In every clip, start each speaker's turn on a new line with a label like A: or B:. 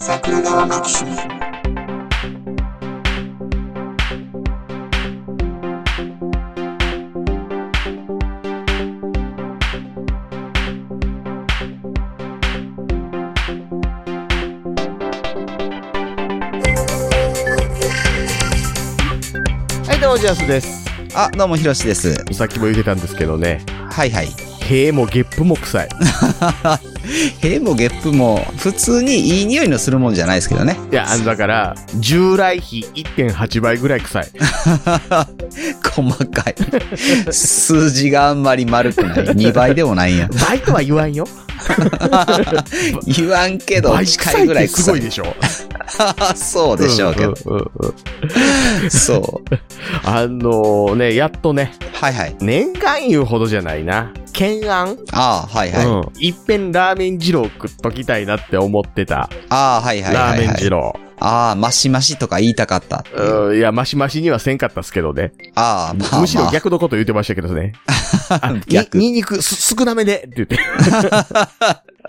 A: 桜川マキシム
B: はい、どうも、ジャスです。
C: あ、どうも、ひろしです。
B: さっきも言ってたんですけどね、
C: はいはい。
B: 塀もゲップも 臭い。
C: 屁もゲップも、普通にいい匂いのするもんじゃないですけどね。
B: いや、あの、だから、従来比1.8倍ぐらい臭い。
C: 細かい。数字があんまり丸くない。2倍でもないんや。
B: 倍とは言わんよ。
C: 言わん けど、
B: 倍
C: 近いぐらい
B: す
C: 臭
B: ご
C: い。
B: いでしょ。
C: そうでしょうけど。
B: んうんうん
C: そう。
B: あのね、やっとね、
C: はいはい。
B: 年間言うほどじゃないな。懸案、
C: ああ、はいはい。
B: うん。いっぺんラーメン二郎食っときたいなって思ってた。
C: ああ、はいはい
B: ラ
C: は
B: ー
C: い、
B: メン
C: は
B: 二
C: い。
B: 郎。
C: ああ、マシマシとか言いたかった。
B: うんいや、マシマシにはせんかったっすけどね。
C: ああ、まあ、まあ。
B: むしろ逆のこと言ってましたけど ね。あに
C: 逆
B: ニンニクす少なめでって言って。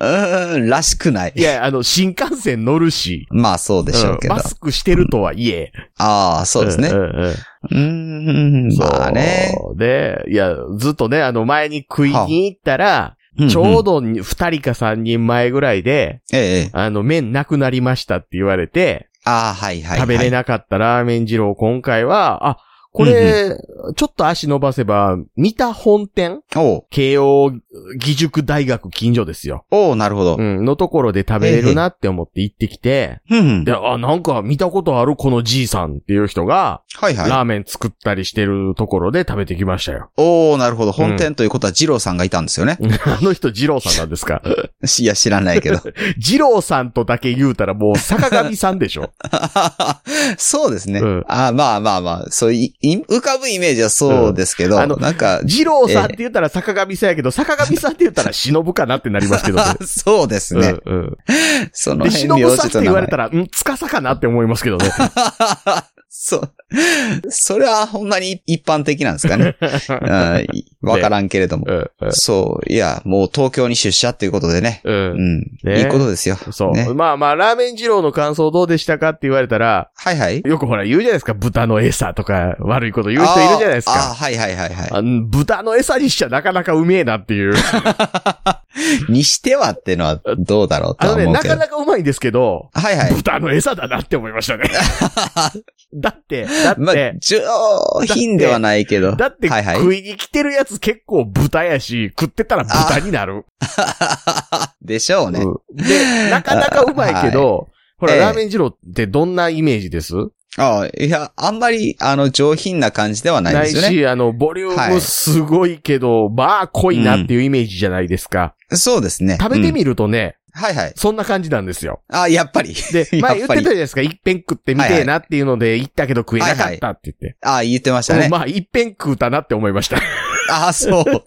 C: うーん、らしくない。
B: いや、あの、新幹線乗るし。
C: まあ、そうでしょうけど。
B: うんマスクしてるとはいえ。
C: ああ、そうですね
B: ん。んうん
C: うーん、まあね。
B: そうで、いや、ずっとね、あの、前に食いに行ったら、ち
C: うん
B: ょ
C: う
B: うんどに二人か三人前ぐらいで、
C: ええええ。
B: あの、麺なくなりましたって言われて、
C: ああ、はいはい、はい。
B: 食べれなかったラーメン二郎今回は、あ、これ、ちょっと足伸ばせば、三田本店
C: おう
B: 慶応義塾大学近所ですよ。
C: おうなるほど
B: う。ん、のところで食べれるなって思って行ってきて、
C: うんうん
B: で、あ、なんか見たことあるこのじいさんっていう人が、
C: はいはい。
B: ラーメン作ったりしてるところで食べてきましたよ。
C: おおなるほど。本店ということは、二郎さんがいたんですよね。
B: あの人、二郎さんなんですか
C: いや、知らないけど。
B: 二郎さんとだけ言うたらもう坂上さんで しょ
C: そうですね。
B: うん
C: あまあまあまあ、そうい、い浮かぶイメージはそうですけど、
B: うんあの
C: なんか、
B: 二郎さんって言ったら坂上さんやけど、坂上さんって言ったら忍かなってなりますけどね。
C: そうですね。
B: うんうん、
C: その
B: で、
C: 辺
B: 忍さんって言われた
C: ら。
B: ら、うん、つかさかなって思いますけどね。
C: そう。それはほんまに一般的なんですか ね。うんいわからんけれども。
B: うんうん
C: そう。いや、もう東京に出社っていうことでね。
B: うん
C: うん。
B: ね
C: いいことですよ。
B: そう、
C: ね
B: まあまあ、ラーメン二郎の感想どうでしたかって言われたら、
C: はいはい。
B: よくほら言うじゃないですか、豚の餌とか悪いこと言う人いるじゃないですか。
C: あーあー、はいはいはいはい。
B: あの豚の餌にしちゃなかなかうめえなっ ていう。
C: にしてはってのはどうだろうと
B: あ
C: は
B: のね、
C: 思う
B: な
C: けど。
B: かなかうまいんですけど、
C: はいはい。
B: 豚の餌だなって思いましたね。だって、だって、
C: まあ、上品ではないけど。
B: だって
C: はいはい。
B: 食いに来てるやつ結構豚やし、食ってたら豚になる。
C: でしょうね。
B: うんで、なかなかうまいけど、ほら、
C: ええ
B: ラーメン二郎ってどんなイメージです
C: ああ、いや、あんまり、あの、上品な感じではないですよね。
B: し、あの、ボリュームすごいけど、まあ、濃いなっていうイメージじゃないですか。
C: そうですね。
B: 食べて
C: うん
B: みるとね、
C: はいはい。
B: そんな感じなんですよ。
C: あやっぱり。
B: で、前言
C: や
B: っ
C: ってぱ
B: た
C: り
B: じゃないですか、一遍食ってみてえなっていうので、行ったけど食えなかったって言って。
C: ああ、言ってましたね。
B: まあ、一遍食うたなって思 いました。
C: ああ、そう。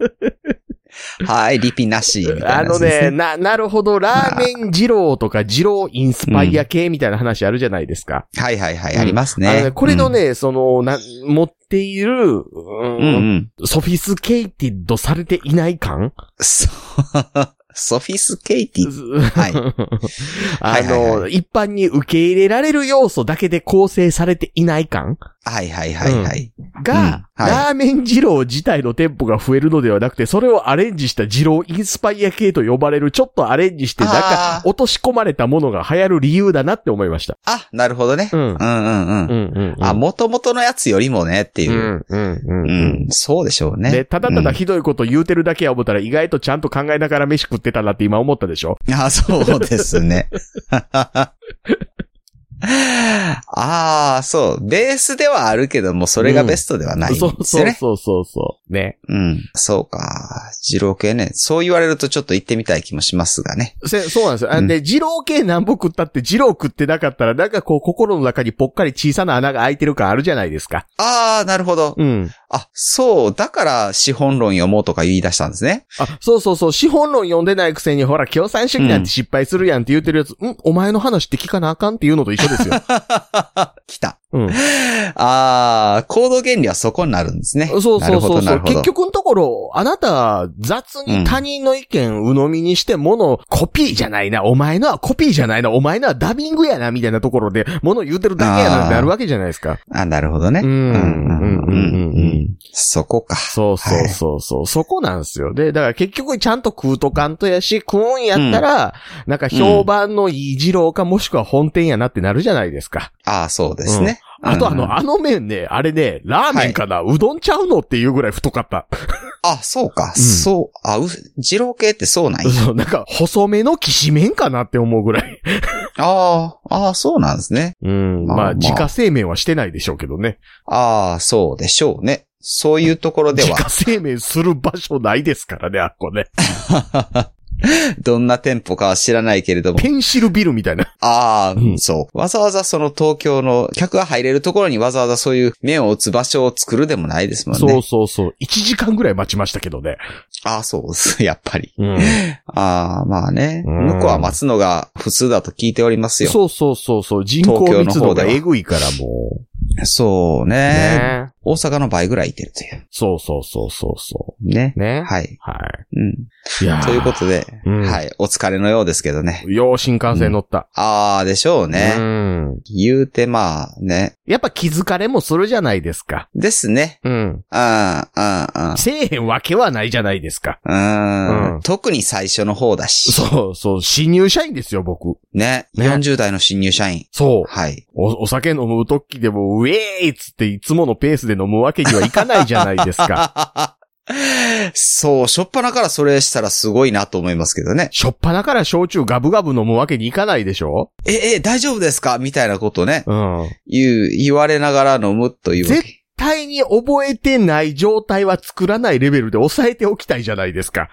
C: はい、リピなし。みたいな
B: あ
C: や
B: の
C: つです
B: ね、。 な、なるほど、ラーメン二郎とか二郎インスパイア系みたいな話あるじゃないですか。
C: はいはいはい、あります
B: あの
C: ね
B: ね。これの
C: うん、
B: ね、その、な、持っている、う
C: うんんうん。
B: ソフィスケイティッドされていない感
C: そう ソフィスケイテ ィ。い
B: あ
C: はいはい
B: の、一般に受け入れられる要素だけで構成されていない感
C: はいはいはいはい。
B: が、
C: うんはい
B: ラーメン二郎自体の店舗が増えるのではなくて、それをアレンジした二郎インスパイア系と呼ばれる、ちょっとアレンジして、なんか
C: あ、ー
B: 落とし込まれたものが流行る理由だなって思いました。
C: あ、なるほどね。
B: う
C: うんんうんうん
B: う。んうん、うん。
C: あ、元々のやつよりもねっていうう。
B: ん、うん、う。
C: うんん、そうでしょうね。
B: で、ただただ
C: う
B: ひどいこと言うてるだけや思ったら、意外とちゃんと考えながら飯食ってたなって今思ったでしょ
C: んあ、そうですね。 ああ、そう。ベースではあるけども、それがベストではないん
B: そ
C: で
B: う
C: すよ
B: そう
C: ね。
B: そうそうそう。ね。
C: うん。そうか。二郎系ね。そう言われるとちょっと行ってみたい気もしますがね。
B: せそうなんですよ。あ
C: うん
B: で、二郎系なんぼ食ったって、二郎食ってなかったら、なんかこう、心の中にぽっかり小さな穴が開いてる感あるじゃないですか。
C: ああ、なるほど。
B: うん。
C: あ、そう。だから、資本論読もうとか言い出したんですね。
B: あ、そうそうそう、資本論読んでないくせに、ほら、共産主義なんて 失敗するやんって言ってるやつ、うん、お前の話って聞かなあかんっていうのと一緒ですよ。
C: 来た。
B: うん。
C: ああ、行動原理はそこになるんですね。
B: そうそうそう
C: な
B: そ
C: る
B: う。
C: ほど、なる
B: 結
C: ほど。
B: 局のところ、あなた、雑に他人の意見鵜呑みにして、もの、コピーじゃないな、お前のはコピーじゃないな、お前のはダビングやな、みたいなところで、もの言うてるだけやなってあるわけじゃないですか。
C: あ、なるほどね。
B: うんうんうんうんうん
C: そこか。
B: そうそうそうそう、そこなんですよ。で、だから結局ちゃんと食うとかんとやし、食うんやったら、なんか評判のいい二郎かもしくは本店やなってなるじゃないですか。
C: ああ、そうですね。
B: あとあ
C: うん
B: の、あの麺ね、あれね、ラーメンかな、うどんちゃうのっていうぐらい太かった。
C: あ、そうか。
B: うん
C: そう。あ、う、二郎系ってそうなんや。
B: そう、なんか、細めのきしめんかなって思うぐらい。
C: ああ、ああ、そうなんですね。
B: うんま
C: ま
B: あ、
C: あ
B: 自家製麺はしてないでしょうけどね。
C: ああ、そうでしょうね。そういうところで
B: 自
C: は、
B: 家製麺する場所ないですからね、あっこね。
C: どんな店舗かは知らないけれども、
B: ペンシルビルみたいな。
C: ああ、
B: うん
C: そう。わざわざその東京の客が入れるところにわざわざそういう面を打つ場所を作るでもないですもんね。
B: そうそうそう。1時間ぐらい待ちましたけどね。
C: ああ、そうです。やっぱり。
B: うん。
C: ああ、まあね。
B: うん
C: 向こうは待つのが普通だと聞いておりますよ。
B: そうそうそうそう。人
C: 東
B: 口
C: 京の
B: 密度
C: 方で
B: が
C: は
B: えぐいからも
C: そうね
B: う。ね。
C: 大阪の倍ぐらいいてるという。
B: そうそうそうそうそ
C: ね
B: う。。ね。
C: はい。
B: はい。
C: うん。
B: いやー
C: ということで、
B: うん
C: はい。お疲れのようですけどね。
B: よう新幹線乗った。
C: ああ、でしょうね。
B: うん。
C: 言うてまあね。
B: やっぱ気づかれもするじゃないですか。
C: ですね。
B: うん。
C: ああ、ああ、
B: せえへんわけはないじゃないですか。
C: ああ。
B: うん
C: 特に最初の方だし。
B: そうそう。新入社員ですよ、僕。
C: ね。
B: ね
C: 40代の新入社員。
B: そう。
C: はい。
B: お、お酒飲む時でも、ウェーイっつっていつものペースで飲むわけにはいかないじゃないですか。
C: そう、しょっぱなからそれしたらすごいなと思いますけどね。
B: しょっぱなから焼酎ガブガブ飲むわけにいかないでしょ
C: え、え、大丈夫ですかみたいなことね。
B: うん。
C: 言う、言われながら飲むというわけ。
B: 対に覚えてない状態は作らないレベルで抑えておきたいじゃないですか。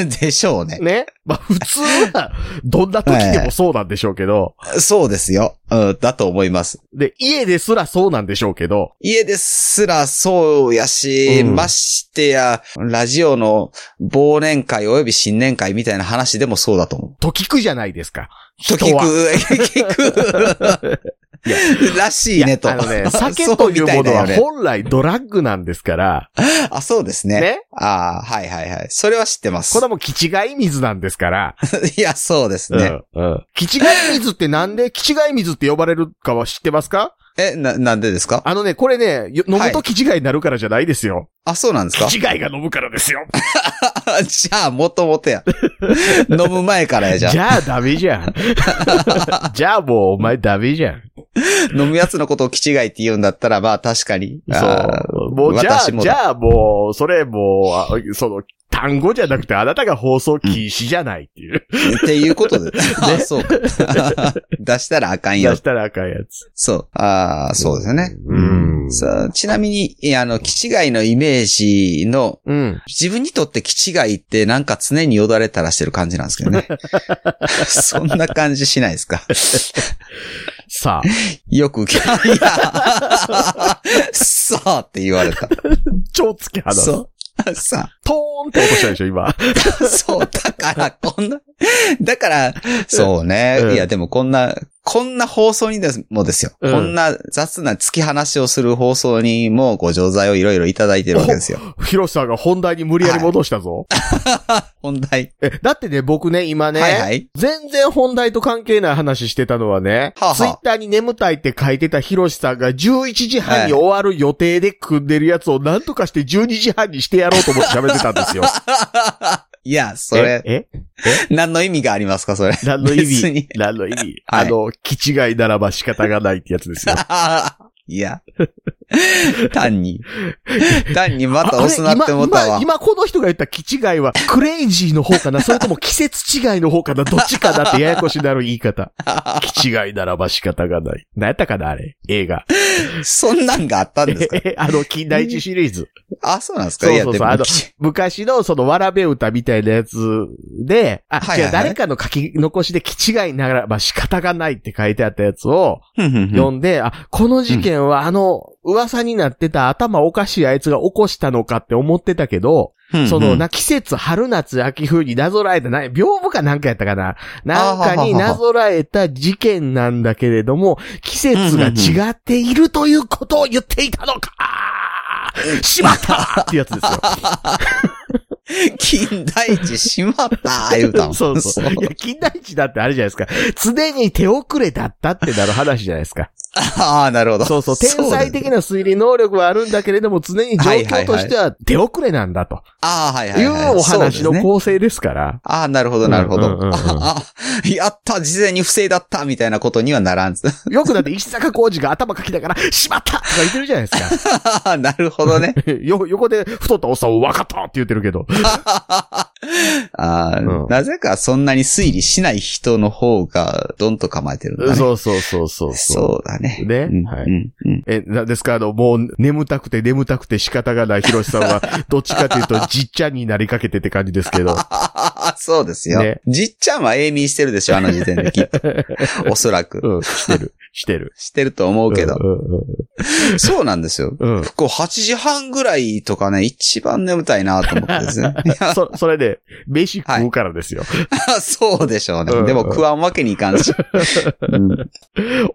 C: ででしょうね。
B: ね。まあ普通は、どんな時でもそうなんでしょうけど、
C: そうですよ。うん、だと思います。
B: で、家ですらそうなんでしょうけど、
C: 家ですらそうやし、
B: うん
C: ましてや、ラジオの忘年会及び新年会みたいな話でもそうだと思う。
B: と聞くじゃないですか。人
C: と
B: は
C: 聞く、聞
B: いや
C: く。らしいねと。
B: あの ね、酒という
C: そう
B: ものは
C: みたいだよね
B: 本来ドラッグなんですから、
C: あ、そうですね。
B: ね。
C: ああ、はいはいはい。それは知ってます。
B: これはもう気違い水なんですから、
C: いや、そうですね。
B: うん。うん。キチガイ水ってなんでキチガイ水って呼ばれるかは知ってますか
C: え、な、なんでですか
B: あのね、これね、よ飲む
C: は
B: とキチガイになるからじゃないですよ。
C: あ、そうなんです
B: キ
C: か
B: チガイが飲むからですよ。
C: じゃあ、もともと や。飲む前からや、じ
B: じ
C: ゃあ。
B: ゃあダメ じゃん。じゃあもうお前ダメじゃん。
C: 飲むやつのことを気違いって言うんだったら、まあ確かに。あ
B: そう。もうじゃあ、
C: 私もだ
B: じゃあもう、それもうあ、その、単語じゃなくてあなたが放送禁止じゃないっていう。
C: ーっていうことで。あ、そうか。 出したらあかん
B: 出
C: よ
B: し。たらあかんやつ。
C: そう。ああ、そうですね。
B: うん
C: さあちなみに、いやあの、気違いのイメージの、
B: うん。
C: 自分にとって気違いってなんか常によだれ垂らしてる感じなんですけどね。そんな感じしないですか
B: さあ、
C: よく、いや、さあって言われた。
B: 超つき放つ。
C: そう。さ
B: トーンって落としたでし ょ、今。
C: あ、そう、だから、こんな、だから、そう
B: うん
C: ね。いや、でもこんな、こんな放送にです、もですよ。
B: うん
C: こんな雑な突き放しをする放送にもご錠剤をいろいろいただいてるわけです よ。
B: ヒロシさんが本題に無理やり戻したぞ。
C: 本題。
B: え、だってね、僕ね、今ね、
C: はいはい。
B: 全然本題と関係ない話してたのはね、
C: はあはあ
B: ツイッターに眠たいって書いてたヒロシさんが11時半に終わる予定で組んでるやつをなんとかして12時半にしてやろうと思って喋ってたんですよ。
C: いや、 それ、
B: え
C: 何の意味がありますか、それ。
B: え何の意
C: 別
B: 味
C: に
B: 何の意味、
C: はい
B: あの、気違いならば仕方がないってやつで すよ。
C: いや。単に。単にま
B: あ
C: た押
B: あれ
C: すなって思った
B: 今、今
C: わ。
B: 今この人が言った気違いはクレイジーの方 かなそれとも季節違いの方かなどっちかなってややこしになる言い方。 気違いならば仕方がない。何やったかなあれ 映画。
C: そんなんがあったんですか
B: あの、金田一シリーズ。
C: あ、そうなんです
B: そ
C: か
B: う
C: いや、
B: そう
C: で
B: そう
C: も
B: あの
C: き
B: 昔のそのわらべ歌みたいなやつで、あ、
C: はいはいはい
B: 違う誰かの書き残しで気違いながら、まあ仕方がないって書いてあったやつを
C: ふんふんふん
B: 読んで、あ、この事件はあの噂になってた頭おかしいあいつが起こしたのかって思ってたけど、そ の、な、季節、春夏、秋冬になぞらえた、な、屏風かなんかやったかななんかになぞらえた事件なんだけれども、季節が違っているということを言っていたのかしまったってやつですよ。
C: 近代一しまった言うたもん。
B: そうそう。いや、近代一だってあれじゃないですか。常に手遅れだったってなる話じゃないです か。
C: ああ、なるほど。
B: そうそう。天才的
C: な。
B: な推理能力はあるんだけれども、常に状況としては手遅れなんだと
C: ああ、はいはいい、
B: う
C: はい。
B: お話
C: そう
B: の
C: ですね
B: 構成ですから。
C: ああ、なるほど、なるほ
B: うんうんうんう
C: ど。
B: ん
C: ああ、 やった事前に不正だったみたいなことにはならん。
B: よくだって石坂浩二が頭かきながら、 しまったとか言ってるじゃないですか。
C: なるほどね。
B: よ、横で太ったおっさんを分かったって言ってるけど。
C: ああ、
B: うん
C: なぜかそんなに推理しない人の方が、どんと構えてるんだね。
B: そうそうそうそう。
C: そうだね。
B: ね
C: うん
B: はい
C: うんうん
B: え、なですかあの、もう眠たくて眠たくて仕方がないヒロシさんは、どっちかというとじっちゃんになりかけてって感じですけ ど。
C: そうですよ。
B: ね
C: じっちゃんは永眠してるでしょ、あの時点できっ と。おそらく。
B: うん、してる、してる。
C: してると思うけど。
B: う
C: そうなんですよ。
B: んうんうん。
C: こう、8時半ぐらいとかね、一番眠たいなと思ってですね。いや
B: そ、それで、飯食うからですよ。
C: そうでしょう
B: うん
C: ね。でも食わんわけにいかん し。うん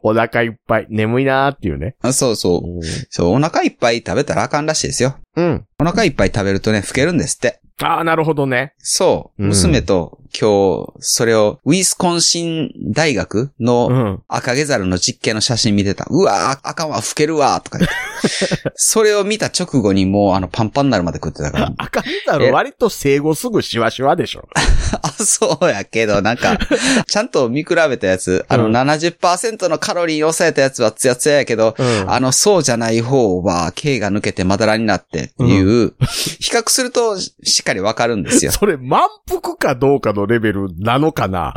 B: お腹いっぱい、眠いなーっていうね。
C: あそうそう。そう、お腹いっぱい食べたらあかんらしいですよ。
B: うん。
C: お腹いっぱい食べるとね、老けるんですって。
B: ああ、なるほどね。
C: そう。
B: うん
C: 娘と今日、それを、ウィスコンシン大学の
B: うん。
C: 赤毛猿の実験の写真見てた。うわー、赤は老けるわーとか言 って。それを見た直後にもうあのパンパンになるまで食ってたから。
B: 赤身だろ、
C: え
B: 割と生後すぐシワシワでしょ。
C: あ、そうやけど、なん か、ちゃんと見比べたやつ、あの
B: うん
C: 70%のカロリーを抑えたやつはツヤツヤやけど、
B: うん
C: あの、そうじゃない方は、毛が抜けてまだらになってっていう、比較するとししっかりわかるん ですよ。
B: それ、満腹かどうかのレベルなのかな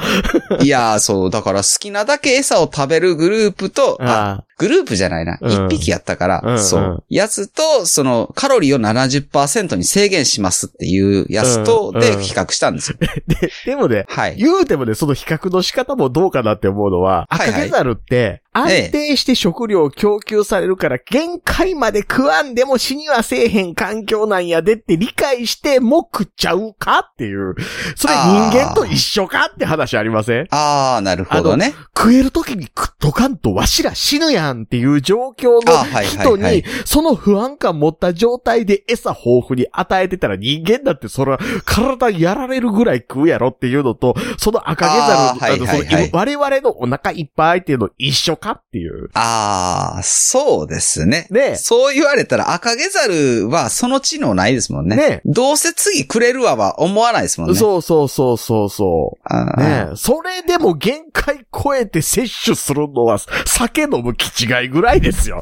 B: い
C: やー、そう、だから好きなだけ餌を食べるグループと、あ
B: あ
C: グループじゃないな。
B: うん
C: 一、匹やったから、
B: うんうん
C: そう。やつと、その、カロリーを70%に制限しますっていうやつと、
B: うんう
C: で、
B: ん
C: 比較したんですよ。
B: で、でもね、
C: はい。
B: 言うてもね、その比較の仕方もどうかなって思うのは、
C: はいはい
B: 赤毛猿って、安
C: ええ
B: 定して食料を供給されるから、限界まで食わんでも死にはせえへん環境なんやでって理解しても食っちゃうかっていう、それ人間と一緒かって話ありません
C: あー、なるほどね。
B: 食える時に食っとかんとわしら死ぬやんっていう状況
C: あはいはい
B: の人
C: は
B: に
C: い、
B: その不安感持った状態で餌豊富に与えてたら人間だってそら体やられるぐらい食うやろっていうのと、その赤毛
C: あ
B: 猿、あ
C: ー
B: の
C: はいは
B: その
C: いはい
B: 今我々のお腹いっぱいっていうの一緒かっていう。
C: ああ、そうですね。
B: ね
C: そう言われたら赤毛猿はその知能ないですもんね。
B: ね
C: どうせ次くれるわは思わないですもんね。う。
B: そうそうそうそうそう。ね
C: あ
B: えそれでも限界超えて摂取するのは酒飲む気違いぐらいですよ。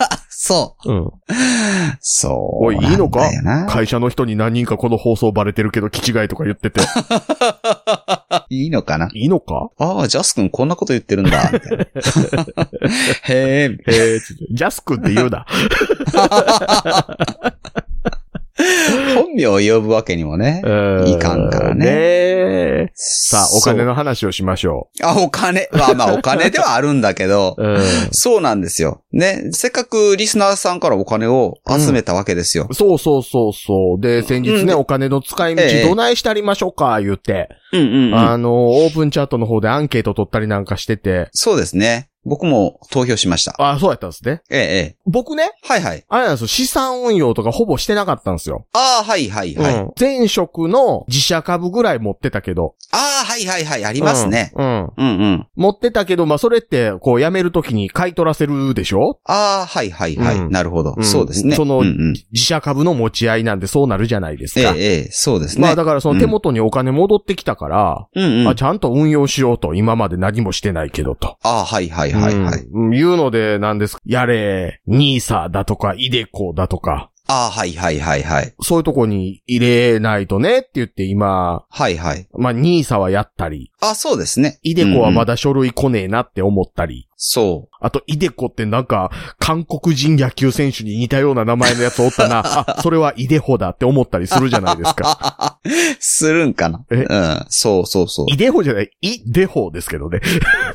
C: あそう。
B: うん。
C: そう。
B: おい、いいのか
C: なんだよな
B: 会社の人に何人かこの放送バレてるけど、気違いとか言ってて。
C: いいのかない
B: いのか
C: ああ、ジャス君こんなこと言ってるん だ。みたいなへえ。
B: えー、つってジャス君って言う な。
C: 本名を呼ぶわけにもね。いかんからね
B: ねえさあ、お金
C: の。
B: の話をしましょ
C: あ、お金。まあ まあ、お金ではあるんだけど。
B: う。うん
C: そうなんですよ。ね。せっかくリスナーさんからお金を集めたわけですよ。
B: そうそうそうそう。で、先日ね、
C: うん
B: お金の使い道
C: ええ
B: どないしてありましょうか、言って、
C: うんうん、うん。
B: あの、オープンチャットの方でアンケート取ったりなんかしてて。
C: そうですね。僕も投票しました。
B: あ、そうやったんですね。
C: ええ、ええ。
B: 僕ね、
C: はいはい。
B: あれなんですよ、資産運用とかほぼしてなかったんですよ。
C: ああ、はいはいはい。
B: うん前職の自社株ぐらい持ってたけど。
C: ああ、はいはいはい。ありますね。
B: うん。うん
C: うん、うん、
B: 持ってたけど、まあ、それって、こう、辞めるときに買い取らせるでしょ
C: ああ、はいはいはい。
B: うん
C: なるほど、
B: うん
C: そうですね。
B: その
C: うんうん、
B: 自社株の持ち合いなんでそうなるじゃないです
C: ええ
B: か。、
C: ええ、そうですね。
B: まあ、だからその手元にお金戻ってきたから、
C: うんうん。
B: あちゃんと運用しようと、今まで何もしてないけどと。
C: ああ、はいはいはいはい。
B: うんいうので、なんですやれ、ニーサだとか、イデコだとか、
C: ああ、はいはいはいはい。
B: そういうとこに入れないとねって言って今、
C: はいはい。
B: まあ、ニーサはやったり、
C: ああ、そうですね。
B: イデコはま
C: だ。
B: だ書類来ねえなって思ったり、
C: そ
B: あと、イデコってなんか、韓国人野球選手に似たような名前のやつおっ たな、あ、それはイデホだって思ったりするじゃないですか。
C: か。するんかな。
B: え
C: うん。そうそうそう。
B: イデホじゃない、イデホですけどね。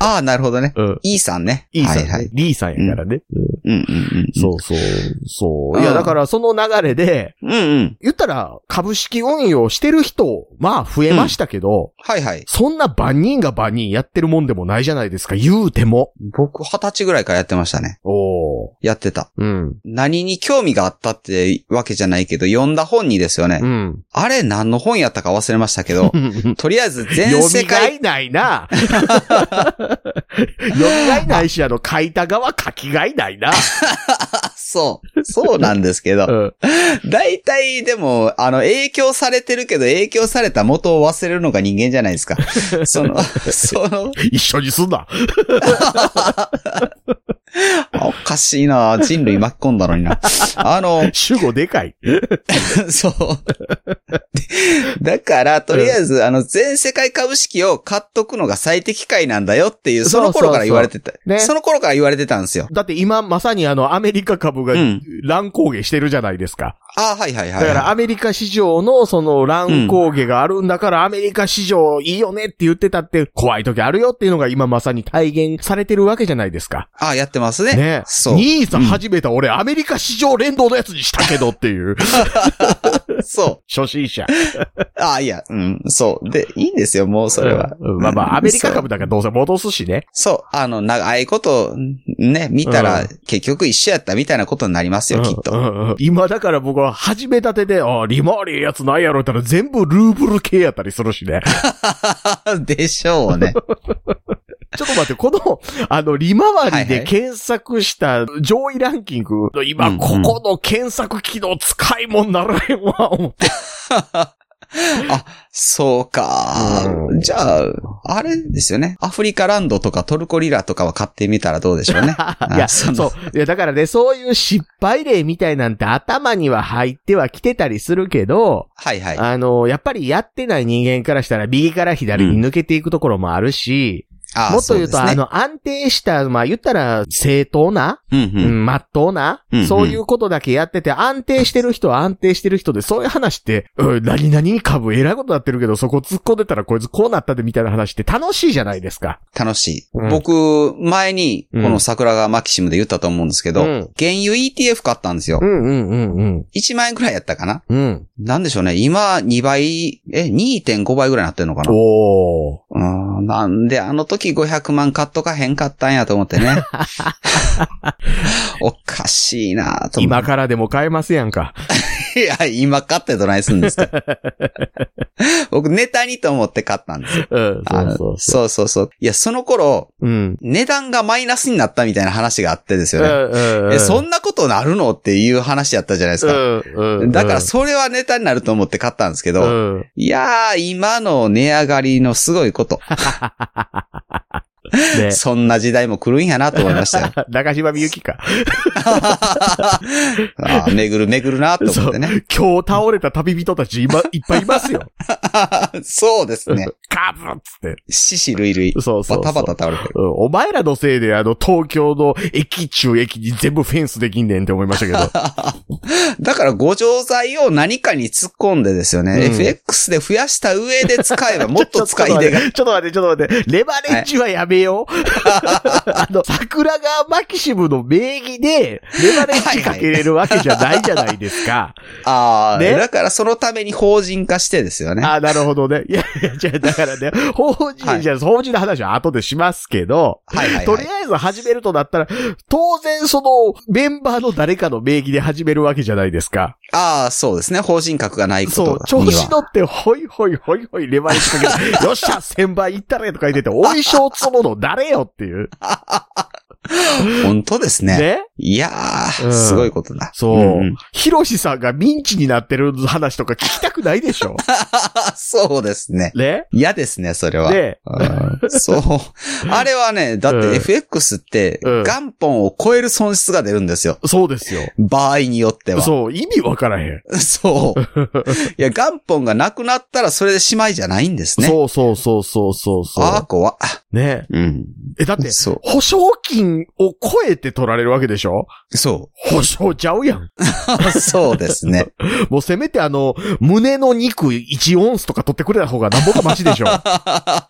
C: ああ、なるほどね。
B: うん。
C: E さんね。
B: イーさん、
C: はいはい。
B: リーさんやからね。
C: うんうんうん。
B: そうそう、そう。
C: うん
B: いや、だからその流れで、
C: うんうん。
B: 言ったら、株式運用してる人、まあ増えましたけど、
C: はいはい。
B: そんな万人が万人やってるもんでもないじゃないですか、言うても。
C: 僕、二十歳ぐらいからやってましたね。
B: おー。
C: やってた。
B: うん。
C: 何に興味があったってわけじゃないけど、読んだ本にですよね。
B: うん。、
C: あれ何の本やったか忘れましたけど
B: 読
C: とりあえず全 世
B: みが
C: 界、
B: いな いな。読みがいないし、あの、書いた側書きがいないな。
C: あ、そう、そうなんですけ
B: う
C: ど、
B: ん。
C: 大体でも、あの、影響されてるけど、影響された元を忘れるのが人間じゃない ですか。その、その、
B: 一緒にすんな。
C: あおかしいな人類巻き込んだのにな。あの、
B: 主語でかい。
C: そう。だから、とりあえず、あの、全世界株式を買っとくのが最適解なんだよっていう、その頃から言われてた。そ
B: そうね
C: の頃から言われてたんですよ。
B: だって今まさにあのアメリカ株が
C: うん
B: 乱高下してるじゃないですか。
C: ああ、はいはいはい。
B: だからアメリカ市場のその乱高下があるんだからアメリカ市場いいよねって言ってたって怖い時あるよっていうのが今まさに体現されてるわけじゃないですか。
C: ああ、やってますね。
B: ね
C: そう
B: 兄さん始めた俺アメリカ市場連動のやつにしたけどっていう。
C: そ
B: 初心者。
C: う。ああ、いや、うん、そう。で、いいんですよ、 もうそれは。
B: うんまあまあアメリカ株
C: だ。
B: だからどうせ戻すしね。
C: そう。あの、長いこと、ね、見たら、
B: うん
C: 結局一緒やったみたいなことになりますよ、きっと。
B: うんうんうん今だから僕は始めたてで、あ利回りやつないやろって言ったら全部ルーブル系やったりするしね。
C: でしょうね。
B: ちょっと待って、この、あの、利回り
C: はいは
B: で
C: い
B: 検索した上位ランキングの今、
C: うんうん
B: ここの検索機能使いもんならへんわ、思 って。
C: あ、そうか。
B: うん
C: じゃあ、あれですよね。アフリカランドとかトルコリラとかは買ってみたらどうでしょう ね。
B: いや、
C: そ
B: そうう。いや、だからね、そういう失敗例みたいなんて頭には入ってはきてたりするけど、
C: はいはい。
B: あの、やっぱりやってない人間からしたら右から左に抜けていくところもあるし、
C: あ
B: もっと言うと、
C: そ
B: あ
C: ですね
B: の、安定した、まあ、言ったら、正当な
C: うん
B: う
C: うん。
B: ん、まっとうな、
C: うんうん
B: そういうことだけやってて、安定してる人は安定してる人で、そういう話って、うん、何々に株偉いことなってるけど、そこ突っ込んでたらこいつこうなったでみたいな話って楽しいじゃないですか。
C: 楽しい。
B: うん
C: 僕、前に、こ
B: う
C: の
B: ん
C: 桜川マキシムで言ったと思うんですけど、
B: うん
C: 原油 ETF 買ったんですよ。
B: んうんうん
C: 1万円くらいやったかな
B: うん。うん。
C: なんでしょうね。今、2倍、え、2.5倍ぐらいなってんのかな
B: おー。
C: うーんなんで、あの時500万買っとかへんかったんやと思って ね。おかしいなと思って
B: 今からでも買えますやんか。
C: いや、今買ってどないすんです か僕、ネタにと思って買ったんですよ。
B: うん、そ
C: あの
B: うそうそ
C: そうそうそう。いや、その頃、
B: う。うん。
C: 値段がマイナスになったみたいな話があってです
B: う
C: よね。
B: んうん
C: え、そ
B: なん
C: なことなるのっていう話やったじゃないですか。
B: うんうん。
C: だから、それはネタになると思って買ったんですけ
B: う
C: ど、
B: ん。
C: いやー、今の値上がりのすごいこと、
B: ね。
C: そんな時代も来るんやなと思いましたよ。
B: 中島みゆきか。
C: あー巡る巡るなと思ってね。
B: 今日倒れた旅人たち今、いっぱいいますよ。
C: そうですね。
B: カブッつって。
C: 獅子類類。
B: そうそうそう。
C: バタバタ倒れてる。
B: うんお前らのせいで、あの、東京の駅中駅に全部フェンスできんねんって思いま したけど。
C: だから、ご錠剤を何かに突っ込んでですよね。
B: うん
C: FX で増やした上で使え ばもっと使い手が。
B: ちょっと待って、ちょっと待って、レバレッジはやめよう。 あの、桜川マキシムの名義で、レバレッジかけれるわけじゃないじゃないですか。
C: ああ、
B: ね
C: だからそのために法人化してですよね。
B: あーなるほどね。いや、いや、じゃあだからね、法
C: は
B: 人、
C: い
B: じゃあ法人の話は後でしますけど、
C: はいはい、
B: と
C: は
B: り
C: い。
B: あえず始めるとなったら、当然そのメンバーの誰かの名義で始めるわけじゃないですか。
C: ああ、そうですね。法人格がないこ
B: そう、
C: と
B: 調
C: に
B: 子
C: は。
B: 乗って、ほいほいほいほいレバレッジ かけて、よっしゃ、千倍いったれとか言ってて、お衣装つむの誰よっていう。
C: 本当ですね。
B: ね
C: いやー、
B: うん
C: すごいことだ。
B: そう。
C: んん
B: ヒロシさんがミンチになってる話とか聞きたくないでしょ
C: あそうです ね。
B: ね
C: 嫌ですね、それは。
B: で、
C: うんそう。あれはね、だっ
B: うん
C: て FX って、
B: うん
C: 元本を超える損失が出るんですよ。
B: そうですよ。
C: 場合によっては。
B: そう、意味わからへん。
C: そう。いや、元本がなくなったらそれでしまいじゃないんですね。
B: そうそうそうそうそうそ
C: ああ、怖っ。
B: う。ね
C: うん。
B: え、だって、
C: そう。
B: 保証金円を超えて取られるわけでしょ
C: そ
B: 保証ちゃうやん。
C: う。 そうですね。
B: もうせめてあの、胸の肉1オンスとか取ってくれた方がなんぼかマシでしょ
C: あ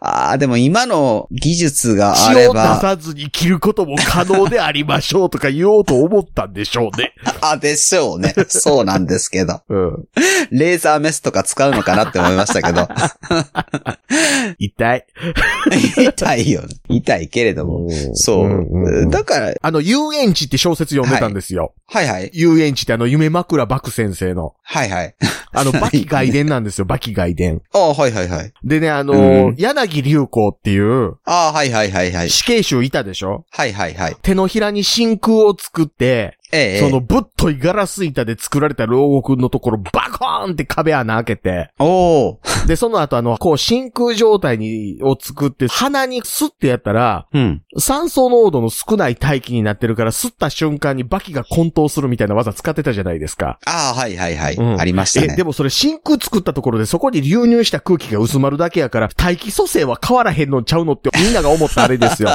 C: あ、でも今の技術があ
B: 血
C: れ
B: を出
C: ば、
B: さずに着ることも可能でありましょうとか言おうと思ったんでしょうね。
C: あ、でしょうね。 そうなんですけど。
B: うん。
C: レーザーメスとか使うのかなって思いましたけ ど。
B: 痛い。
C: 痛いよね。痛いけれども。そう。だから、
B: あの、遊園地って小説読んでたんですよ。
C: はいはい。
B: 遊園地ってあの、夢枕漠先生の。
C: はいはい。
B: あの、バキ外伝なんですよ、バキ外伝。
C: ああ、はいはいはい。
B: でね、あ
C: う
B: の
C: ん、
B: 柳流行っていう
C: ああ、はいはいはいはい。
B: 死刑囚いたでしょ
C: はいはいはい。
B: 手のひらに真空を作って、
C: ええ。
B: そのぶっといガラス板で作られた牢獄のところバコーンって壁穴開けて、
C: おお。
B: で、その後あの、こう真空状態に、を作って鼻にスッてやったら、
C: うん。
B: 酸素濃度の少ない大気になってるから、吸った瞬間にバキが混沌するみたいな技使ってたじゃないですか。
C: ああ、はいはいはい。
B: うん
C: ありました
B: え、
C: ね
B: で。もそれ真空作ったところでそこに流入した空気が薄まるだけやから、大気蘇生は変わらへんのちゃうのってみんなが思ったあれで すよ。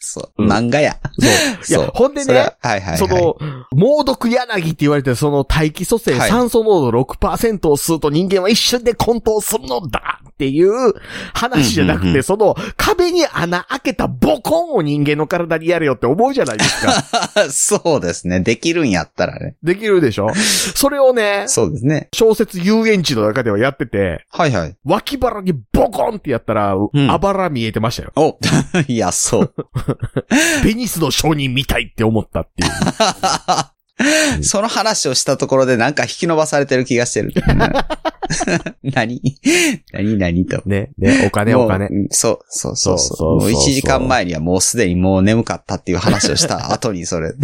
C: そう。
B: うん
C: 漫画や。
B: そう。いや、ほんで
C: それ
B: ね
C: は、はいはいはい。
B: その、猛毒柳って言われて、その大気蘇生、
C: はい
B: 酸素濃度6%を吸うと人間は一瞬で混沌するのだっていう話じゃなくて、
C: うんうんうん
B: その壁に穴開けたボコンを人間の体にやれよって思うじゃないで すか。
C: そうですね。できるんやったらね。
B: できるでしょそれをね、
C: そうですね。
B: 小説遊園地の中ではやってて、
C: はいはい。
B: 脇腹にボコンってやったら、
C: ん
B: あばら見えてましたよ。
C: おいや、そう。
B: ベニスの商人みたいって思ったっていう。
C: その話をしたところでなんか引き伸ばされてる気がしてる。 うん何 何何と。
B: ね、ね、お金
C: もう
B: お金。
C: うんそう、そうそう
B: そ
C: そ。
B: うそうう
C: もう
B: そう
C: 1
B: そう
C: 時間前にはもうすでにもう眠かったっていう話をした後にそ れ。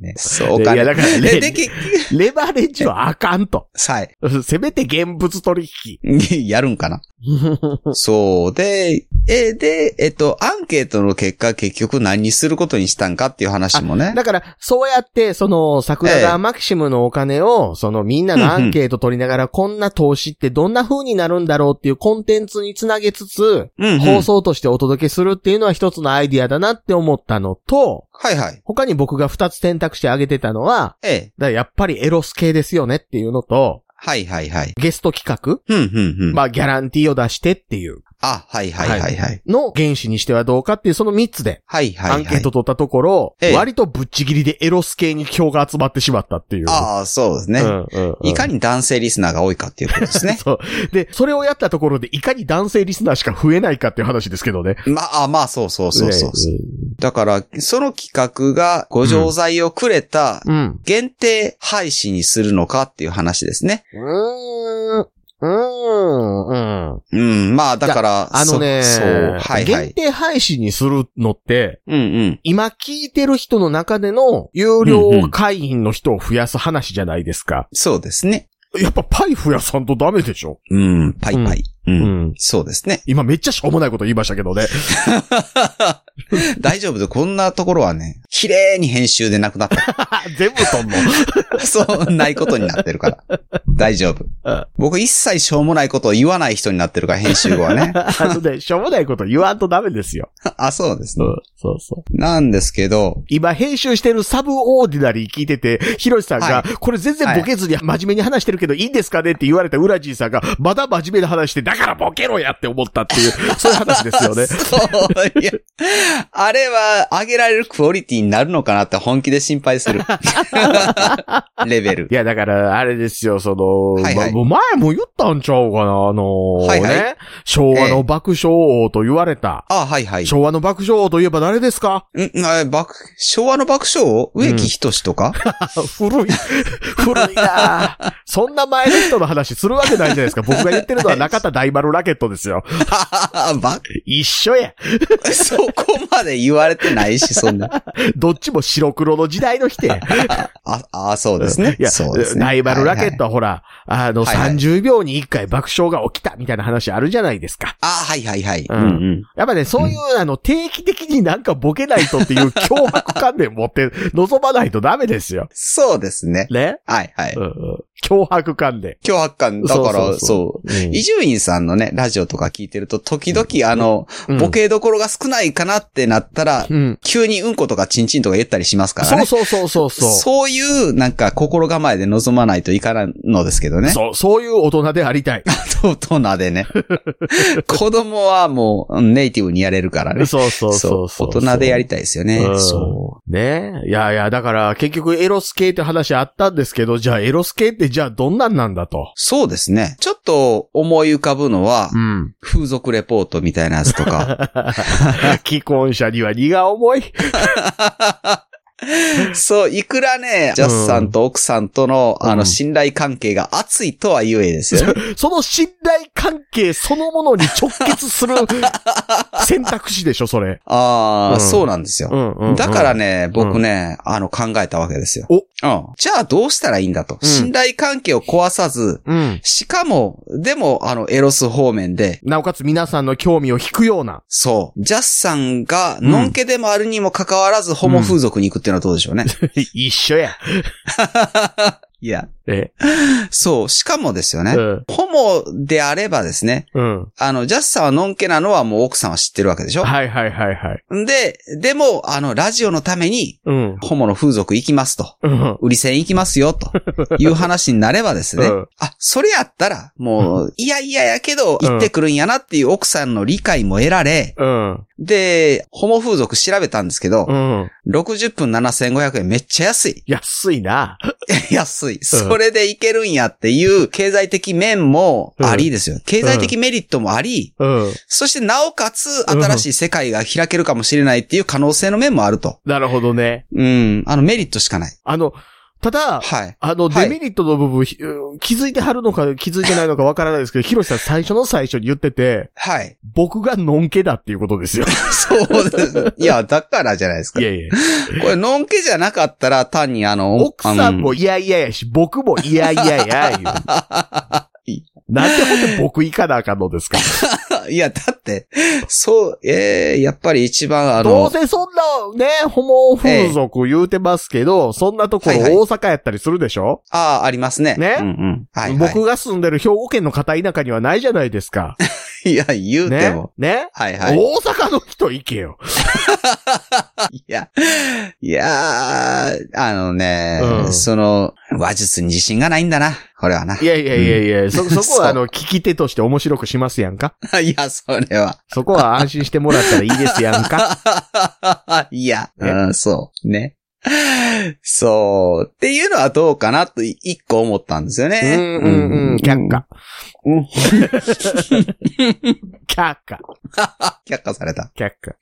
C: ねそう、お
B: い
C: 金。
B: や、だから
C: で、
B: ね、
C: で、結局、
B: レバレッジはあかんと。
C: はい。
B: せめて現物取引。
C: やるんかなそう。で、え、で、えっと、アンケートの結果、結局何にすることにしたんかっていう話もね。
B: だから、そうやって、その、桜
C: ええ
B: 川マキシムのお金を、その、みんなのアンケート取りながら、こんな投資ってどんな風になるんだろうっていうコンテンツにつなげつつ、
C: うんうん
B: 放送としてお届けするっていうのは一つのアイディアだなって思ったのと、
C: はいはい。
B: 他に僕が二つ選択肢挙げてたのは、
C: ええ。
B: だからやっぱりエロス系ですよねっていうのと、
C: はいはいはい。
B: ゲスト企画、
C: うんうんうん。
B: まあ、ギャランティーを出してっていう
C: あ、はいはいはいはい。
B: の原始にしてはどうかっていう、その三つで、
C: はいはいは
B: ア
C: い。
B: ンケート取ったところ、
C: ええ
B: 割とぶっちぎりでエロス系に票が集まってしまったっていう。
C: ああ、そうです
B: う
C: ね。
B: んうんうん
C: いかに男性リスナーが多いかっていうことです ね。
B: そう。で、それをやったところで、いかに男性リスナーしか増えないかっていう話ですけどね。
C: まあ、あまあ、そうそうそうそうそう。
B: ね
C: だから、その企画がご錠剤をくれた
B: うん。
C: 限定廃止にするのかっていう話ですね。
B: うーん。うーん。うん。
C: うん、まあ、だから、
B: あのね、
C: そそう、はいは
B: 限
C: い。
B: 定配信にするのって、
C: うんうん。
B: 今聞いてる人の中での有料会員の人を増やす話じゃないですか。
C: そうですね。
B: やっぱパイ増やさんとダメでしょ
C: うん、パイパイ。う。
B: うんん。
C: そうですね。
B: 今めっちゃしょうもないこと言いましたけどね。
C: 大丈夫で、こんなところはね、綺麗に編集でなくなった。
B: 全部とんの。
C: そう、ないことになってるから。大丈夫
B: うん。。
C: 僕一切しょうもないことを言わない人になってるから、編集後はね
B: あのね、しょうもないこと言わんとダメですよ。
C: あ、そうですね。
B: そうそう。
C: なんですけど、
B: 今編集してるサブオーディナリー聞いてて、ヒロシさんが、
C: は。
B: これ全然ボケずに真面目に話してるけどいいんですかねって言われたウラジーさんが、まだ真面目な話して、だからボケろやって思ったっていう、そういう話ですよね
C: そう、いや、あれは上げられるクオリティになるのかなって本気で心配 する。レベル
B: い。や、だから、あれですよ、その、
C: はいはい
B: まもう前も言ったんちゃうかな、あのー
C: はいはい
B: ね、昭和の爆笑王と言われた。
C: あ、はいはい。
B: 昭和の爆笑王といえば誰ですか
C: んあ爆昭和の爆笑植木仁とか、
B: 古い。 古いなぁ そんな前の人の話するわけないじゃないですか。僕が言ってるのは中田大丸ラケットですよ。
C: ば
B: 一緒や。
C: そこまで言われてないし、そんな。
B: どっちも白黒の時代の人や。
C: あ、あそうですね。
B: いや、
C: そうですね。
B: 大丸ラケッ
C: ト。
B: トはほら、あの、
C: はいはい
B: 30秒に1回爆笑が起きたみたいな話あるじゃないですか。
C: あはいはいはい。
B: う
C: うんんうん。
B: やっぱね、そういう、あの、定期的になんかボケないとっていう脅迫観念持って臨まないとダメですよ。
C: そうですね。
B: ね。
C: はいはい。
B: うんうん脅迫感で。
C: 脅迫感。だから、そう。
B: う。うん
C: 伊集院さんのね、ラジオとか聞いてると、時々、あの、
B: うん
C: ボケどころが少ないかなってなったら、
B: うん。
C: 急にうんことかちんちんとか言ったりしますから
B: そう
C: ね。
B: そうそうそうそう。
C: そういう、なんか、心構えで臨まないといかないのですけどね。
B: そう、そういう大人でありたい。
C: 大人でね。子供はもう、うんネイティブにやれるからね。
B: そうそうそうそう。
C: 大人でやりたいですよね。
B: うん
C: そう。
B: ねいやいや、だから結局エロス系って話あったんですけど、じゃあエロス系ってじゃあどんなんなんだと。
C: そうですね。ちょっと思い浮かぶのは、
B: うん。
C: 風俗レポートみたいなやつとか。
B: 既婚者には荷が重い。
C: そう、いくらね、ジャスさんと奥さんとの、
B: うん
C: あ
B: うん
C: の、信頼関係が熱いとは言えですよね。
B: その信頼関係そのものに直結す る選択肢でしょ、それ。
C: ああ、
B: うん
C: そうなんですよ。
B: ん
C: だから、ね、僕ね、あの、考えたわけですよ。
B: お
C: うん。じゃあどうしたらいいんだと。
B: うん
C: 信頼関係を壊さず、
B: うん。
C: しかも、でも、あの、エロス方面で、
B: なおかつ皆さんの興味を引くような。
C: そう。ジャスさんが、
B: うん
C: のんけでもあるにもかかわらず、ホモ風俗に行くっていうのはどうでしょうね。
B: 一緒や。
C: いや。
B: え、
C: そう。しかもですよね。
B: うん。
C: ホモであればですね、
B: うん。
C: あの、ジャスさんはのんけなのはもう奥さんは知ってるわけでしょ
B: はいはいはいはい。
C: んで、でも、あの、ラジオのために、
B: うん。
C: ホモの風俗行きますと。
B: うん。
C: 売り線行きますよ、 という話になればですね。
B: うん
C: あ、それやったら、もう、いやいややけど、
B: うん
C: 行ってくるんやなっていう奥さんの理解も得られ、
B: うん。
C: で、ホモ風俗調べたんですけど、
B: うん。
C: 60分7500円めっちゃ安い。
B: 安いな。
C: 安い。それでいけるんやっていう経済的面もありですよ。経済的メリットもあり、
B: うん。
C: そしてなおかつ新しい世界が開けるかもしれないっていう可能性の面もあると。
B: なるほどね。
C: うん。あのメリットしかない。
B: あの、ただ、
C: はい。
B: あの、
C: は
B: デ
C: い
B: メリットの部分、ひ気づいてはるのか気づいてないのかわからないですけど、ヒロシさん最初の最初に言ってて、
C: はい。
B: 僕がのんけだっていうことですよ。
C: そうです。いや、だから じゃないですか。
B: い
C: こ
B: やいや。
C: れ、のんけじゃなかったら単にあの、
B: 奥さんも
C: あの
B: いやいややし、僕もいやいやや、言う なんでほんで僕行かなあかんのですか
C: いや、だって、そう、えー、やっぱり一番あ
B: どう
C: の、
B: せそんな、ね、ホモ風俗言うてますけど、そんなところ
C: はいはい
B: 大阪やったりするでしょ、
C: ああ、ありますね。
B: ね
C: うんうん。はい、はい。
B: 僕が住んでる兵庫県の片田舎にはないじゃないですか。
C: いや、言うて
B: ね
C: も。
B: ね、
C: はいはい。
B: 大阪の人行けよ。
C: いや、いやー、あのね、
B: うん
C: その、話術に自信がないんだな。これはな。
B: い
C: い
B: やいやいやいや、そ、そこ
C: そう
B: はあの、聞き手として面白くしますやんか。
C: や、それは。
B: そこは安心してもらったらいいですやんか。
C: いや、
B: ね
C: うん、そう。ね。そう。っていうのはどうかなと、い一個思ったんですよ
B: う
C: ね。
B: んうんうん、却下。
C: うん。
B: 却下。
C: 却下された。
B: 却下。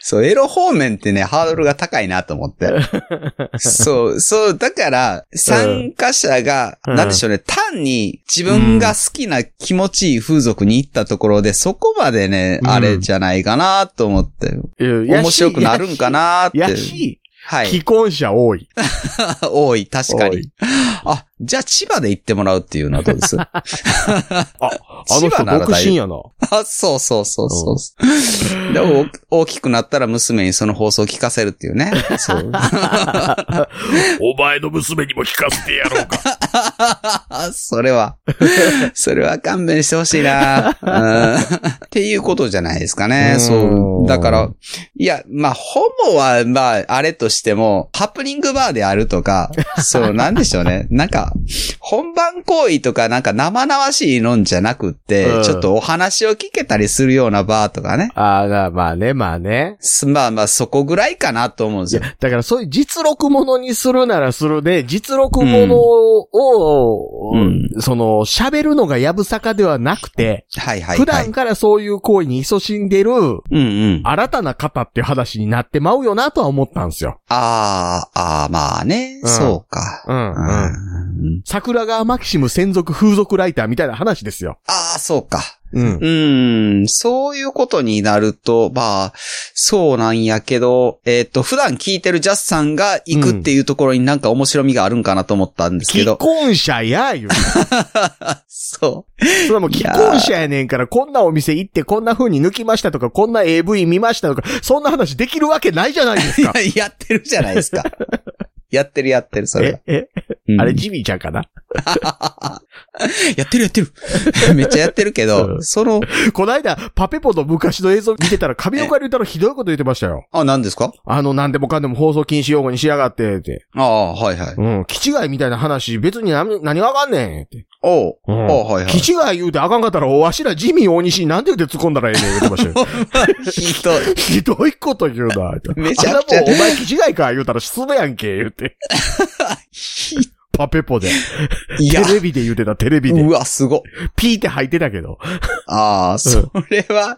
C: そう、エロ方面ってね、ハードルが高いなと思って。 そう、そう、だから、参加者が、
B: うん
C: なんでしょうね、単に自分が好きな気持ちいい風俗に行ったところで、そこまでね、
B: うん
C: あれじゃないかなと思って、面白くなるんか
B: な
C: なって。
B: やし、
C: はい。
B: 既婚者多い。
C: 多い、確か
B: 多い
C: に。あ、じゃあ千葉で行ってもらうっていうのはどう ですあ、
B: あの人独身やな。
C: そうそうそうそう。でも、お大きくなったら娘にその放送を聞かせるっていう ね。そう。
B: お前の娘にも聞かせてやろうか。
C: それ は、それは勘弁してほしいな、 うんっていうことじゃないですかね
B: う。ん
C: そう。だから、いや、まあ、ホモは、まあ、あれとしても、ハプニングバーであると か、そう、なんでしょうね。なんか、本番行為とか、なんか生々しいのんじゃなくって、
B: うん
C: ちょっとお話を聞けたりするようなバーとかね。
B: ああ、まあね、まあね。
C: すまあまあ、そこぐらいかなと思うんですよ。
B: だからそういう実録ものにするならするで、実録ものを、
C: うん
B: その、喋るのがやぶさかではなくて、
C: はいはい
B: 普
C: はい
B: 段。からそういう行為に勤しんでる
C: うんうん。
B: 新たな方っていう話になってまうよなとは思ったんですよ。
C: あー、あーまあね。
B: うん
C: そうか。
B: うん、うん。
C: うん
B: 桜川マキシム専属風俗ライターみたいな話ですよ。
C: ああ、そうか。
B: うん
C: う。ーん、そういうことになると、まあ、そうなんやけど、えっ、と、普段聞いてるジャスさんが行くっていうところになんか面白みがあるんかなと思ったんですけ
B: 既
C: ど。
B: 婚者や、 言う。
C: そう。
B: それはもう既婚者やねんから、こんなお店行ってこんな風に抜きましたとか、こんな AV 見ましたとか、そんな話できるわけないじゃないですか。
C: やってるじゃないですか。やってるやってる、それは
B: え、。え、
C: うん
B: あれジミーちゃんかな
C: やってるやってる。めっちゃやってるけど、
B: うん
C: その、
B: こないだ、パペポの昔の映像見てたら、上岡龍太郎ひどいこと言ってましたよ。
C: あ、何ですか
B: あの、なんでもかんでも放送禁止用語にしやがって、って。
C: ああ、はいはい。
B: うん、気違いみたいな話、別に何、何がわかんねん、って。
C: おう、
B: うん
C: おうはいはい。
B: 気違い言うてあかんかったら、わしらジミー大西になんで言うて突っ込んだらええねん、言ってましたよ。
C: ひどい。
B: ひどいこと言うな、って。
C: めちゃくちゃ
B: あんなもんお前気違いか、言うたら失礼やんけ、言 うて。パペポで。
C: い
B: テ
C: や、
B: レビで言うてた、テレビで
C: う。わ、すご。
B: ピーって入ってたけど。
C: ああ、それは、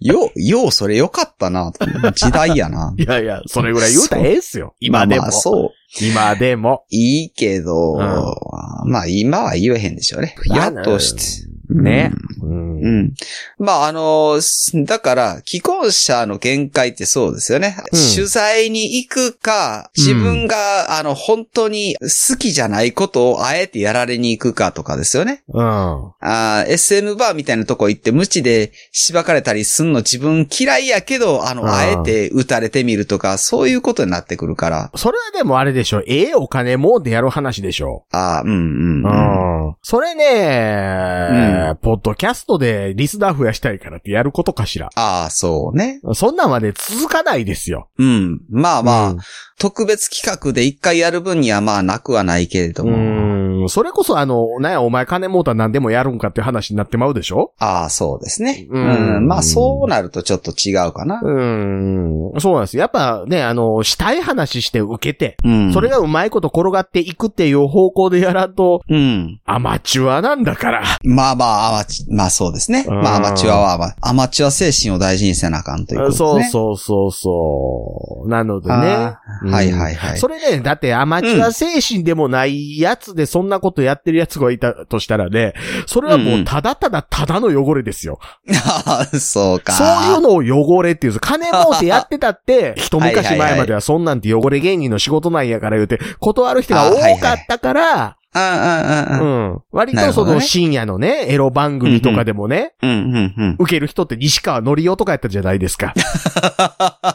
C: よ、よう、それよかったな。時代やな。
B: いやいや、それぐらい言うたらええっすよ。今で
C: まあま
B: も
C: あ、。そう。
B: 今でも。
C: いいけど、
B: うん
C: まあ今は言えへんでしょうね。
B: まあ
C: やっとして。
B: ね。
C: うん。うん。まああの、すだから、既婚者の見解ってそうですよね。
B: うん
C: 取材に行くか、
B: うん
C: 自分が、あの、本当に好きじゃないことをあえてやられに行くかとかですよね。
B: うん。
C: あー SM バーみたいなとこ行って無知でしばかれたりすんの自分嫌いやけど、あ
B: うん
C: の、あえて撃たれてみるとか、そういうことになってくるから。
B: それはでもあれでしょ。ええお金もうでやる話でしょ。
C: ああ、うんうん、
B: う
C: うん。
B: ん。それね、ポッドキャストでリスナー増やしたいからってやることかしら。
C: ああ、そうね。
B: そんなんまで続かないですよ。
C: うん。まあまあ、
B: うん
C: 特別企画で一回やる分にはまあなくはないけれども。
B: うん。それこそあの、なんや、お前金持うたら何でもやるんかっていう話になってまうでしょ
C: ああ、そうですね。
B: う
C: うんん。まあそうなるとちょっと違うかな。
B: うん。そうなんです。やっぱね、あの、したい話して受けて、
C: うん。
B: それがうまいこと転がっていくっていう方向でやらんと、
C: うん。
B: アマチュアなんだから。
C: まあまあ、アマチまあそうですね。
B: うん
C: まあアマチュアはアマ、アマチュア精神を大事にせなあかんということです
B: そう
C: ね。
B: そうそうそう。なのでね。
C: あー
B: うん
C: はいはいはい
B: それね、だってアマチュア精神でもないやつでそんなことやってるやつがいたとしたらね、それはもうただただただの汚れですよ。
C: ああ、 そうか。
B: そういうのを汚れっていう、金儲けやってた って、一昔前まではそんなんて汚れ芸人の仕事なんやから言うて、断る人が多かったから、
C: うんうんうん
B: うん。割
C: な
B: と
C: る
B: そ
C: ほどね
B: の深夜のね、エロ番組とかでもね、
C: うんうんうん。
B: 受ける人って西川のりおとかやったじゃないで すか。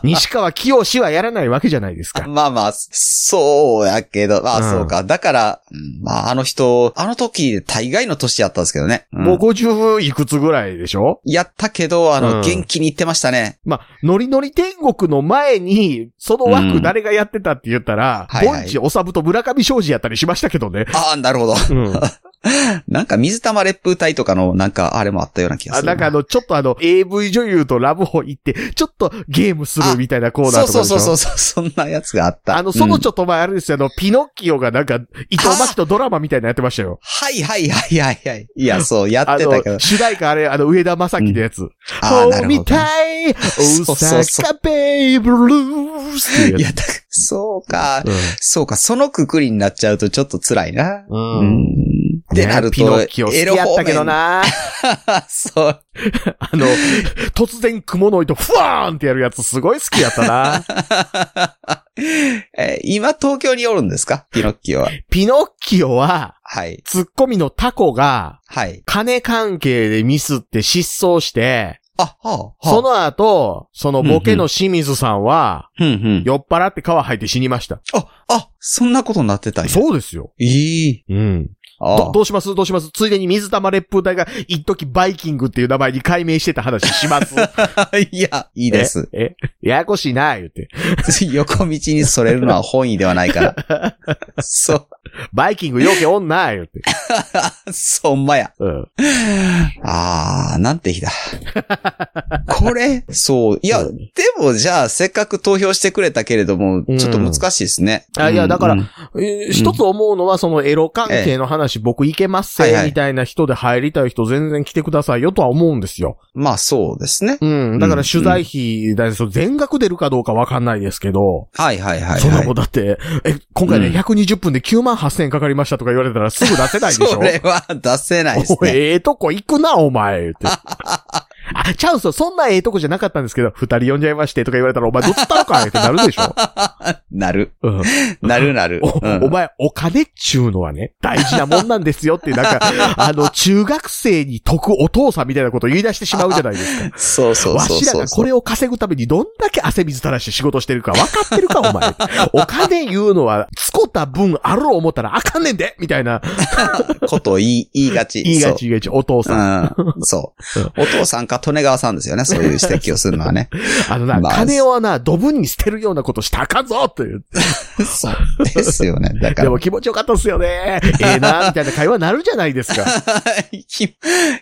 B: 西川清志はやらないわけじゃないですか。
C: まあまあ、そうやけど、ま
B: うん
C: あそうか。だから、うんまああの人、あの時、大概の年やったんですけどね。うん
B: もう50いくつぐらいでしょ
C: やったけど、あの、
B: うん
C: 元気に言ってましたね。
B: まあ、ノリノリ天国の前に、その
C: う
B: 枠
C: ん
B: 誰がやってたって言ったら、
C: はいはい
B: ボンチ、おさぶと村上昌司やったりしましたけどね。
C: ああ、なるほど。
B: うん。
C: なんか水玉烈風隊とかの、なんかあれもあったような気が
B: あ、
C: する。
B: なんかあの、ちょっとあの、AV 女優とラブホ行って、ちょっとゲームするみたいなコーナー
C: そう
B: とか
C: そ
B: で
C: う
B: し
C: そ
B: ょ
C: うそう、そんなやつがあった。
B: あの、そのち
C: ょ、
B: ょっと前あれですよ、あの、ピノッキオがなんか、伊藤真希とドラマみたいなのやってましたよ。
C: はいはいはいはいはい。いや、そう、や
B: あ
C: ってたけど
B: の、。主題歌あれ、あの、上田正樹のやつ。
C: ああ、なる
B: み
C: ほど。
B: たい、
C: そうそうそう
B: 大阪ベイブルースっていう
C: い
B: や
C: や、だそうか
B: つ。。
C: そうか、そのくくりになっちゃうとちょっと辛いな。
B: う。
C: うんん。ってなる
B: ピノ
C: と
B: ッキオ、好き
C: エロ
B: やっ
C: 方
B: たけど
C: 面。
B: な
C: そう。
B: あの、突然雲の糸、ふわーんってやるやつすごい好きやった な。
C: えー、今東京におるんですかピノッキオは。
B: ピノッキオは、
C: はい。
B: ツッコミのタコが、
C: はい。
B: 金関係でミスって失踪して、
C: あ、はあ、
B: そ
C: はあ。
B: の後、そのボケの清水さんは、
C: うんうん。
B: 酔っ払って川吐いて死にました。
C: あ、あ、そんなことになってたんや。
B: そうですよ。
C: ええ
B: うん。
C: あ
B: ど、どうしますどうしますついでに水玉烈風隊が、一時バイキングっていう名前に改名してた話します
C: あ いや、いいです。
B: え、えややこしいな、言って。
C: 横道にそれるのは本意ではないから。 そ
B: バイキング要件おんな、言って。
C: う、そんまや。
B: うん。
C: あー、なんて日だ。これ、そう。いや、
B: う
C: でもじゃあ、せっかく投票してくれたけれども、
B: うん
C: ちょっと難しいですね。
B: あいや
C: うん
B: だから
C: うん
B: えー一つ思うのは、そのエロ関係の話、僕いけます
C: はい
B: せ
C: はい
B: みたいな人で入りたい人全然来てくださいよとは思うんですよ。
C: まあ、そうですね。
B: うん。だから
C: うん
B: 取材費だそう全額出るかどうかわかんないですけど、
C: はいはいはい、はい。
B: そんなもんだって、え、今回ね、
C: うん
B: 120分で9万8000円かかりましたとか言われたらすぐ出せないでしょ
C: それは出せないです
B: おい
C: ね。
B: ええとこ行くな、お 前。って。あ、ちゃうんすよ。そんなええとこじゃなかったんですけど、二人呼んじゃいましてとか言われたら、お前どったのかいってなるでしょ。
C: なる。
B: うん
C: なるなる。
B: お
C: うん
B: お前、お金っちゅうのはね、大事なもんなんですよって、 なんか、あの、中学生に得お父さんみたいなことを言い出してしまうじゃないですか。
C: そうそう
B: わ
C: そうそう
B: しら
C: そう。
B: がこれ を稼ぐためにどんだけ汗水垂らして仕事してるか分かってるか、お前。お金言うのは、突っこた分ある思ったらあかんねんでみたいな。
C: ことを言い、言いがち。
B: 言いがち言いがち、お父
C: そ
B: さん。
C: う。うん。そう。お父さんか利根川さんですよね。そういう指摘をするのはね。
B: あのな、
C: まあ
B: 金はな、ドブに捨てるようなことしたらあかんぞという。
C: そう。ですよね。だか
B: で
C: ら
B: も。気持ちよかったっすよね。ええな、みたいな会話になるじゃないですか。
C: き、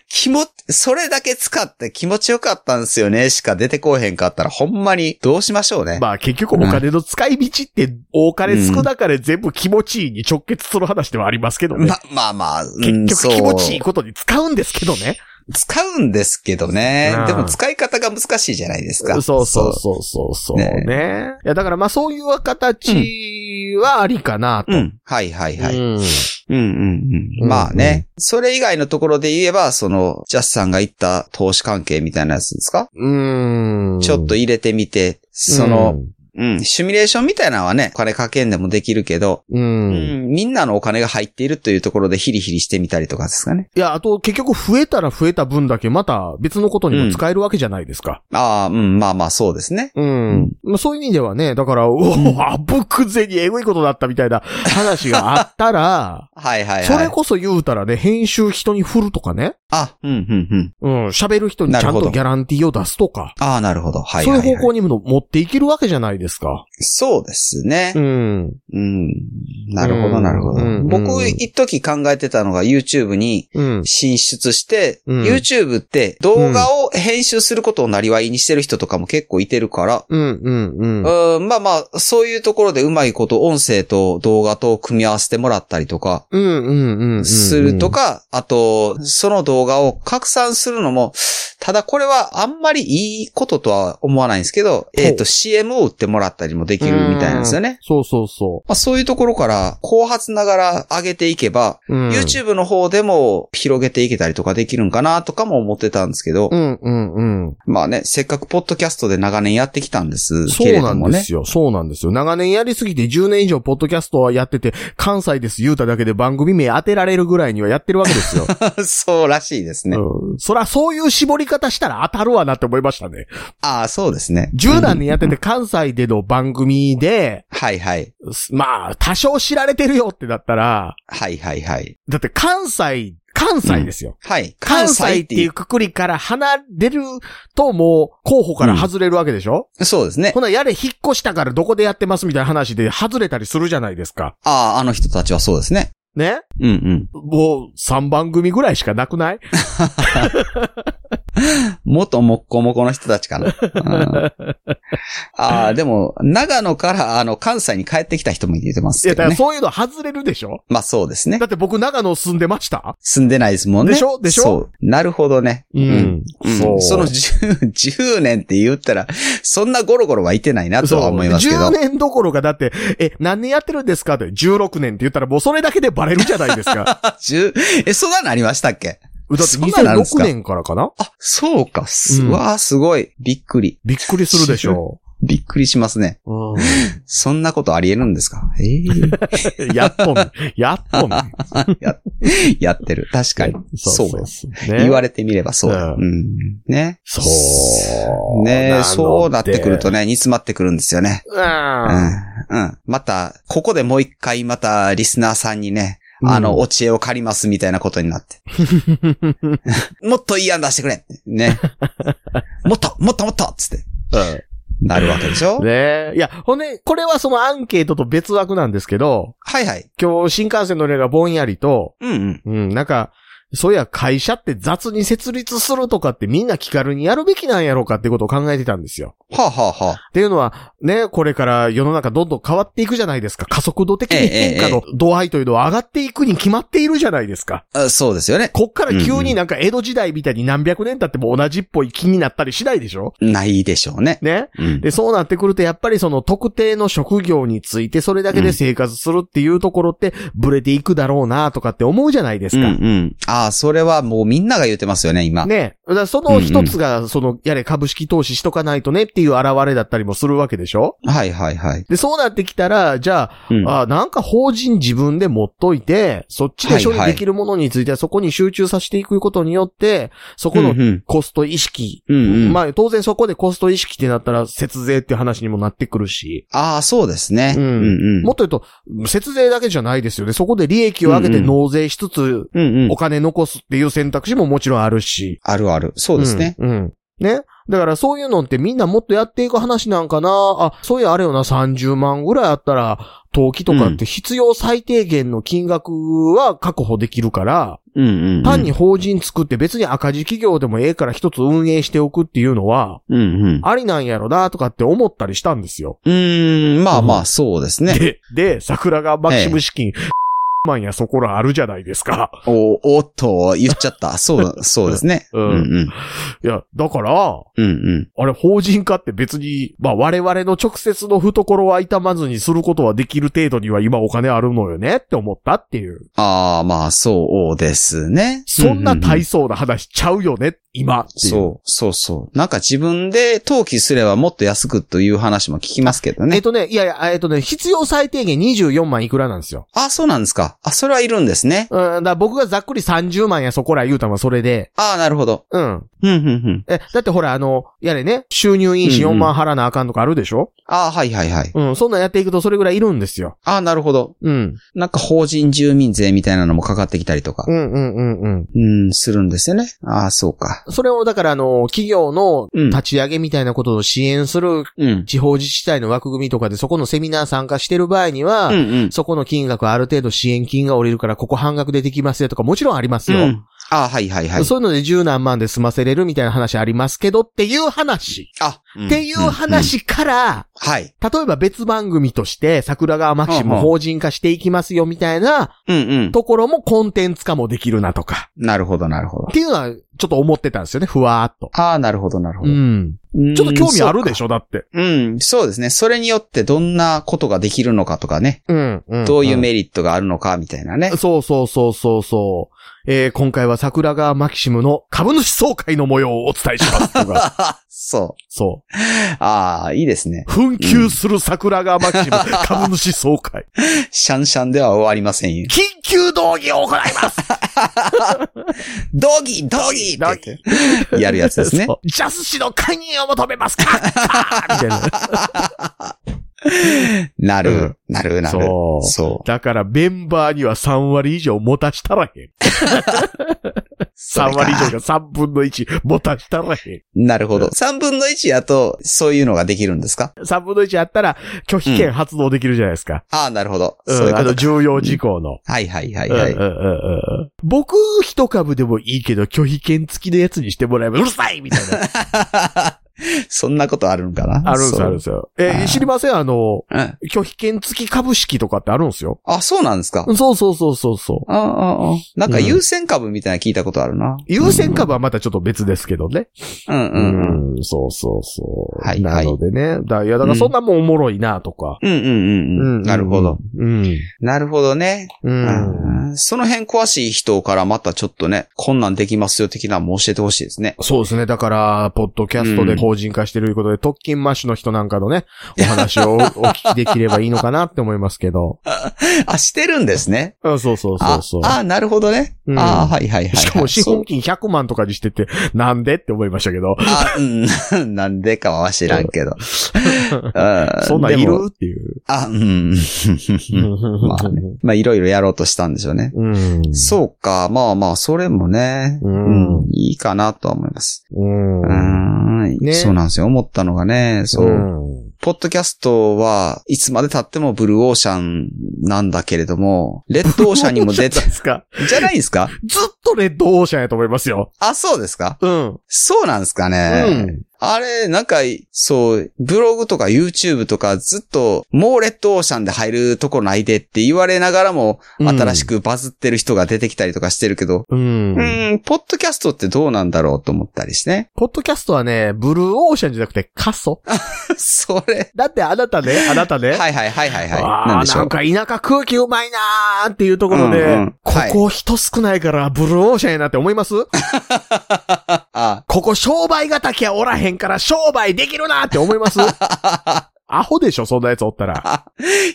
C: 気も、それだけ使って気持ちよかったんですよね。しか出てこうへんかったら、ほんまにどうしましょうね。
B: まあ結局お金の使い道って、多かれ少なかれ全部気持ちいいに直結する話ではありますけどね。
C: ま、まあまあ、うん
B: 結局気持ちいい
C: そ
B: ことに使うんですけどね。
C: う使うんですけどね
B: うん。
C: でも使い方が難しいじゃないですか。
B: そうそうそうそうそうね。いやだからまあそういう形はありかなと。
C: う。うん。はいはいはい。
B: う
C: う
B: ん
C: んうん
B: う
C: うんん。まあね。それ以外のところで言えば、その、ジャスさんが言った投資関係みたいなやつですか、
B: うん。
C: ちょっと入れてみて、その、、うん、シミュレーションみたいなのはね、お金かけんでもできるけど、
B: うん。
C: う
B: い
C: ん、みんなのお金が入っているというところでヒリヒリしてみたりとかですかね。
B: や、あと結局増えたら増えた分だけまた別のことにも使えるわけじゃないですか。
C: ああ、うん、まあまあそうですね。、
B: うん。まあ、そういう意味ではね、だから、うおあぶくぜにエグいことだったみたいな話があったら
C: はいはいはい。
B: それこそ言うたらね、編集人に振るとかね、
C: あ、うん、うん、うん。
B: うん、喋る人にちゃん
C: なるほ
B: と
C: ど
B: ギャランティーを出すとか、
C: ああ、なるほど。はい
B: そう
C: はいい、は
B: う
C: い。
B: 方向にも持っていけるわけじゃないですか。
C: そうですね
B: う。ん。
C: うん。なるほ
B: う
C: ど、
B: ん
C: なるほ
B: う
C: ど。
B: ん
C: 僕、一時考えてたのが YouTube に、
B: うん。
C: 進出して、
B: うん
C: YouTube って動画を編集することをなりわいにしてる人とかも結構いてるから、
B: うん、うん、うん。
C: うん、まあまあ、そういうところでうまいこと音声と動画と組み合わせてもらったりとか、
B: うん、うん、うん。
C: するとか、あと、その動画を拡散するのも、ただこれはあんまりいいこととは思わないんですけど、えっ、と、CM を打ってもらったりもできるみたいなんですよね。
B: そうそうそ
C: まあ、そういうところから、後発ながら上げていけば、
B: う。うん、
C: YouTube の方でも広げていけたりとかできるんかなとかも思ってたんですけど
B: う、ん、うん、うん。
C: まあね、せっかくポッドキャストで長年やってきたんです
B: そ
C: け
B: う
C: れ
B: な
C: ど
B: ん
C: も
B: で
C: ね。
B: すよ。そうなんですよ。長年やりすぎて10年以上ポッドキャストはやってて、関西です言うただけで番組名当てられるぐらいにはやってるわけです よ。
C: そうらしいですね。
B: うん、そらそういう絞り方したら当たるわなって思いましたね。
C: ああ、そうですね。
B: 10何年やってて関西での番組で、
C: はいはい。
B: まあ、多少知られてるよってなったら、
C: はいはいはい。
B: だって関西、関西ですよ。
C: はい。
B: 関西っていう。くくりから離れるともう候補から外れるわけでしょ、
C: そうですね
B: ほ。な、やれ引っ越したからどこでやってますみたいな話で外れたりするじゃないですか。
C: ああ、あの人たちはそうですね。
B: ね
C: うんうん。
B: もう3番組ぐらいしかなくない
C: 元もっこもこの人たちかな。うん、ああ、でも、長野から、あの、関西に帰ってきた人も言ってます
B: いや、
C: け
B: だ
C: ど
B: から
C: ね。
B: そういうの外れるでし ょ
C: まあそうですね
B: だ。って僕長野住んでました
C: 住んでないですもんね。
B: でしょでしょ
C: そう。なるほどね。うん
B: そう。
C: その 10, 10年って言ったら、そんなゴロゴロはいてないなとは思いますけ
B: そ
C: ど。
B: う 10年どころかだって、え、何年やってるんですかって、16年って言ったらもうそれだけでバレるじゃないです か。だって
C: 10え、そんなのありましたっけそんなんなんです
B: 2006
C: か
B: 年からかな
C: あ、そうか。す、
B: うん
C: わあ、すごい。びっくり。
B: びっくりするでしょ
C: びっくりしますね。
B: う。う
C: そんなことありえるんですかええ
B: ん、やっとね。やっとね。
C: や、 やってる。確かに。そうだ
B: そう。
C: 言わ
B: れ
C: れてみればそうだ。
B: う
C: うんん。ね。
B: そう。
C: ねそうなってくると
B: ね。
C: ね、煮詰まってくるんですよね。
B: う。
C: うんん。うん。また、ここでもう一回またリスナーさんにね、
B: うん
C: あの、お知恵を借りますみたいなことになって。 もっといい案出してくれ ね。もっともっともっとつって。なるわけでしょ、
B: ねえ。いや、ほんで、これはそのアンケートと別枠なんですけど、
C: はいはい。
B: 今日新幹線の例がぼんやりと、
C: うんうん。
B: うん、なんか、そういや会社って雑に設立するとかってみんな気軽にやるべきなんやろうかってことを考えてたんですよ。
C: はあ、はあはあ、
B: っていうのは、ね、これから世の中どんどん変わっていくじゃないですか。加速度的
C: え
B: に
C: え
B: 変化の度合いというのは上がっていくに決まっているじゃないですか。
C: あそうですよね。
B: こっから急になんか江戸時代みたいに何百年経っても同じっぽい気になったりしないでしょ
C: ないでしょうね。
B: ね。
C: うん。
B: で、そうなってくると、やっぱりその特定の職業についてそれだけで生活するっていうところって、ブレていくだろうなとかって思うじゃないで
C: う
B: す
C: んう
B: か。
C: ん。あああ、それはもうみんなが言ってますよね、今。
B: ね。だからその一つが、その、やれ株式投資しとかないとねっていう現れだったりもするわけでしょ
C: はいはいはい。
B: で、そうなってきたら、じゃあ、
C: うん
B: あなんか法人自分で持っといて、そっちで処理できるものについてはそこに集中させていくことによって、そこの
C: うんうん
B: コスト意識。
C: うんうん
B: まあ、当然そこでコスト意識ってなったら、節税っていう話にもなってくるし。
C: ああ、そうですね。
B: う
C: うんんうん。
B: もっと言うと、節税だけじゃないですよね。そこで利益を上げて
C: うんうん
B: 納税しつつ、
C: うんうん
B: お。金残すっていう選択肢ももちろんあるし。
C: あるある。そうですね。
B: うん。うんね。だからそういうのってみんなもっとやっていく話なんかな。あ、そういうあれよな、30万ぐらいあったら、投機とかって必要最低限の金額は確保できるから、
C: うんうんうん。
B: 単に。法人作って別に赤字企業でもええから一つ運営しておくっていうのは、
C: うんうん。
B: ありなんやろなとかって思ったりしたんですよ。
C: うーん、まあまあ、そうですね。
B: で、で、桜がマキシム資金、万やそこらあるじゃないですか。
C: お、おっと、言っちゃ った。そう、そうですね。
B: う
C: うんんうん。
B: いや、だから、
C: うんうん。
B: あれ、法人化って別に、まあ我々の直接の懐は痛まずにすることはできる程度には今お金あるのよねって思ったっていう。
C: ああ、まあ、そうですね。
B: そん
C: う
B: な
C: うう
B: 大層な話ちゃうよね、今っていう。
C: そう、そうそう。なんか自分で登記すればもっと安くという話も聞きますけど
B: えっ
C: ね。
B: とね、いやいや、えっとね、必要最低限24万いくらなんですよ。
C: あ、そうなんですか。あ、それはいるんですね。
B: うん、だから僕がざっくり30万やそこら言うたのはそれで、
C: ああ、なるほど。
B: うん。
C: うん、うん、うん。
B: え、だってほら、あの、やれね、収入印紙4万払わなあかんとかあるでしょ、
C: ああ、はい、はい、はい。
B: うん、そんなんやっていくとそれぐらいいるんですよ。
C: ああ、なるほど。
B: うん。
C: なんか法人住民税みたいなのもかかってきたりとか
B: う。んうんうんうん。
C: うん、するんですよね。ああ、そうか。
B: それをだからあの、企業の
C: うん
B: 立ち上げみたいなことを支援する
C: うん。
B: 地方自治体の枠組みとかでそこのセミナー参加してる場合には、
C: うん、うん。
B: そこの金額ある程度支援金が降りるからここ半額でできますよとかもちろんありますよ。
C: うんああ、はい、はい、はい。
B: そういうので十何万で済ませれるみたいな話ありますけどっていう話。
C: あ、っ
B: っていう。
C: ん
B: 話から、
C: はい。
B: 例えば別番組として桜川マキシ
C: う
B: ム
C: んうん
B: 法人化していきますよみたいな
C: うん、うん。
B: ところもコンテンツ化もできるなとか。
C: なるほど、なるほど
B: っ。ていうのはちょっと思ってたんですよね、ふわーっと。
C: ああ、なるほど、なるほ
B: う
C: ど。
B: ん。
C: うん
B: ちょっと興味あるでし
C: ょ
B: ょ、だって。
C: うん、そうですね。それによってどんなことができるのかとかね。
B: うん、うん
C: どういうメリットがあるのかみたいなね。
B: そうそうそうそうそう。えー、今回は桜川マキシムの株主総会の模様をお伝えし ますとか。
C: そ。
B: そう
C: ああ、いいですね
B: う。。紛糾する桜川マキシム株主総会。
C: シャンシャンでは終わりませんよ。
B: 緊急動議を行います
C: ドギドギ
B: ド
C: って言ってやるやつですね。
B: そうジャス氏の解任を求めますかみたいな。
C: なる、
B: うん
C: なる、なる。
B: そ
C: そうう。
B: だからメンバーには3割以上持たした らへん。
C: れ
B: 3
C: か
B: 割以上が3分の1持たしたらへん。
C: なるほど。3分の1やと、そういうのができるんですか
B: 3分の1あったら拒否権発動できるじゃないですか。
C: ああ、なるほど。
B: うん
C: そういう
B: あ
C: こ
B: の
C: とか。
B: 重要事項の。
C: はいはいはい
B: うん
C: はい。
B: うんうんうんうん僕、一株でもいいけど、拒否権付きのやつにしてもらえば、うるさいみたい な。
C: そんなことあるんかな
B: あるんです
C: そう
B: よ、あるんですよ。えー
C: あー
B: 知りませんあの、
C: うん。
B: 拒否権付き株式とかってあるんですよ。
C: あ、そうなんですか。
B: そうそうそうそうそう。
C: ああ、ああ。なんか優先株みたいなの聞いたことあるな。
B: 優先株はまたちょっと別ですけどね。
C: うんうんうん。
B: うんそうそうそう。
C: はい
B: な
C: はい
B: のでね。だいや、だからそんなもんおもろいな、とか。
C: うんうん
B: う
C: うんん。なるほど。。
B: うん。
C: なるほどね。
B: うん。
C: うんその辺詳しい人からまたちょっとね、こんなんできますよ的なのも教えてほしいですね。
B: そうですね。だから、ポッドキャストで法人化してるということで、特勤マッシュの人なんかのね、お 話をおお聞きできればいいのかなって思いますけど。
C: あ、してるんですね。
B: うん、そうそうそ
C: あ
B: うそう、。
C: あ、なるほどね。
B: うん
C: あはいはいはいはい。
B: しかも資
C: そ
B: 本
C: う
B: 金100万とかにしてて、なんでって思いましたけど。
C: あ、うん。 なんでかは知らん けど。う
B: そんなんい
C: で
B: る
C: も
B: っていう。
C: あ、うん。まあね。まあいろいろやろうとしたんでしょうね。
B: うん。
C: そうか。まあまあ、それもね、
B: うん
C: うんいいかなとは思います。
B: うん。
C: う
B: う
C: ん
B: ん。ね
C: そうなんですよ。思ったのがね、そう。ポッドキャストはいつまで経ってもブルーオーシャンなんだけれども、レッドオーシャンにも出て
B: どうしたん、ですか
C: じゃないですか
B: ずっとレッドオーシャンやと思いますよ。
C: あ、そうですか
B: うん。
C: そうなんですかね。
B: うん
C: あれ、なんか、そう、ブログとか YouTube とかずっと、もうレッドオーシャンで入るとこないでって言われながらも、
B: うん
C: 新しくバズってる人が出てきたりとかしてるけど、う
B: う。
C: んん、ポッドキャストってどうなんだろうと思ったりして ね。
B: ポッドキャストはね、ブルーオーシャンじゃなくて過疎。
C: それ。
B: だってあなたね、あなたね。
C: はいはいはいはいはい。
B: あ
C: なん
B: ー
C: でしょ
B: な。
C: うん
B: か田舎空気うまいなーっていうところで、
C: うんうん
B: こ
C: はい
B: こ人少ないからブルーオーシャンやなって思います
C: あ、
B: ここ商売敵はおらへんから商売できるなーって思 いますアホでしょ、そんなやつおったら。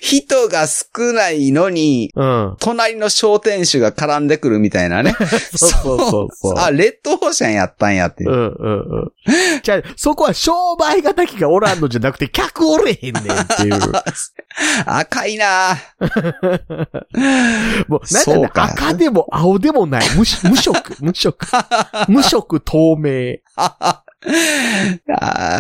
C: 人が少ないのに、
B: うん。
C: 隣の商店主が絡んでくるみたいなね。
B: そうそうそうそう。
C: あ、レッドオーシャンやったんやっていうう。
B: んうんうん。じゃあ、そこは商売敵がおらんのじゃなくて、客おれへんねんっていう。
C: 赤いなぁ
B: もう、なんだ
C: そ
B: ね
C: う、か
B: 赤でも青でもない。無 し無色、無色。無色透明。
C: あ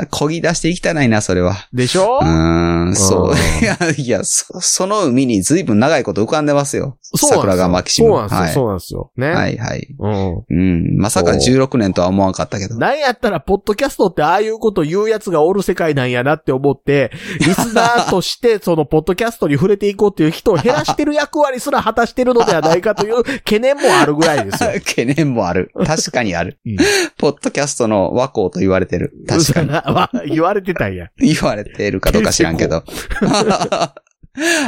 C: あ、こぎ出していきたないな、それは。
B: でしょ
C: うーん、そうう。
B: ん
C: いや、 いや、そ、その海に随分長いこと浮かんでますよ。
B: そう
C: 桜
B: な
C: 川
B: ん
C: マ
B: で
C: キ
B: す
C: シ
B: よ。
C: ム。
B: そうなんですよ。そうなんですよ。ね。
C: はい、はい。
B: うん。
C: うん、まさか
B: そ
C: 16年とは思わんかったけど。
B: なんやったら、ポッドキャストってああいうこと言うやつがおる世界なんやなって 思って、リスナーとして、その、ポッドキャストに触れていこうっていう人を減らしてる役割すら果たしてるのではないかという 懸念もあるぐらいですよ。
C: 懸念もある。確かにある。
B: うん
C: ポッドキャストの和光と言われてる。確かに。
B: に。 言われてたんや。
C: 言われてるかどうか知らんけ ど。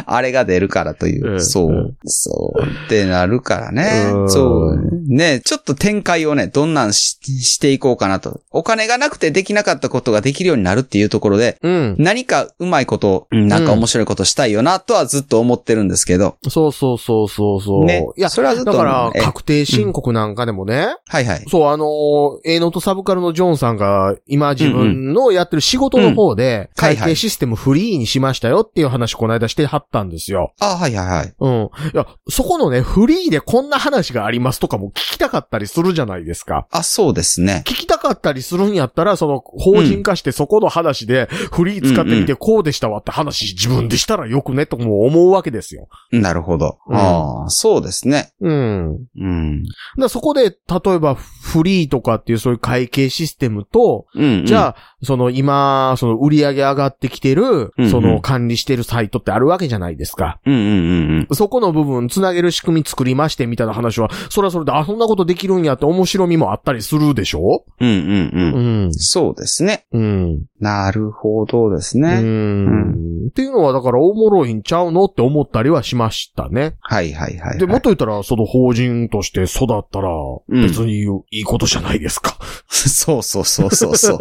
C: あれが出るからという。
B: うん
C: そうう。そう。ってなるから
B: う
C: ね。
B: ん
C: そう。ねちょっと展開をね、どんなんししていこうかなと。お金がなくてできなかったことができるようになるっていうところで、
B: うん。
C: 何かうまいこと、うんなんか面白いことしたいよなとはずっと思ってるんですけど。
B: そうそうそうそうそう。
C: ね。
B: いや、
C: それはずっと
B: だ
C: 思う。
B: から、
C: え
B: 確定申告なんかでもね、
C: はいはい。
B: そう、あのー、A ノートサブカルのジョンさんが、今自分のやってる仕事の方で、
C: うんはいはい
B: 会計システムフリーにしましたよっていう話この間してはったんですよ。
C: あ、はいはいはい。
B: うん。いや、そこのね、フリーでこんな話がありますとかも聞きたかったりするじゃないですか。
C: あ、そうですね。
B: 聞きたかったりするんやったら、その、法人化してそこの話で、フリー使ってみてこうでしたわって話自分でしたらよくねとも思うわけですよ。
C: なるほど。
B: うん
C: ああ、そうですね。
B: うん。
C: うん。
B: だからそこで、例えば、フリーとかっていうそういう会計システムと、
C: うん、うん。
B: じゃあ、その今、その売り上げ上がってきてる
C: うんう、ん
B: その管理してるサイトってあるわけじゃないですか。
C: うんうんうんうん。
B: そこの部分、つなげる仕組み作りましてみたいな話は、それはそれで、あ、そんなことできるんやって面白みもあったりするでしょ
C: うんうん
B: う
C: うん。
B: ん。
C: そうですね。
B: うん。
C: なるほどです
B: う
C: ね。
B: ん。っていうのは、だから、おもろいんちゃうのって思ったりはしましたね。
C: はいはいはいはい。
B: で、もっと言ったら、その法人として育ったら、
C: ん
B: 別にいいことじゃないですか。
C: そうそうそうそう そう。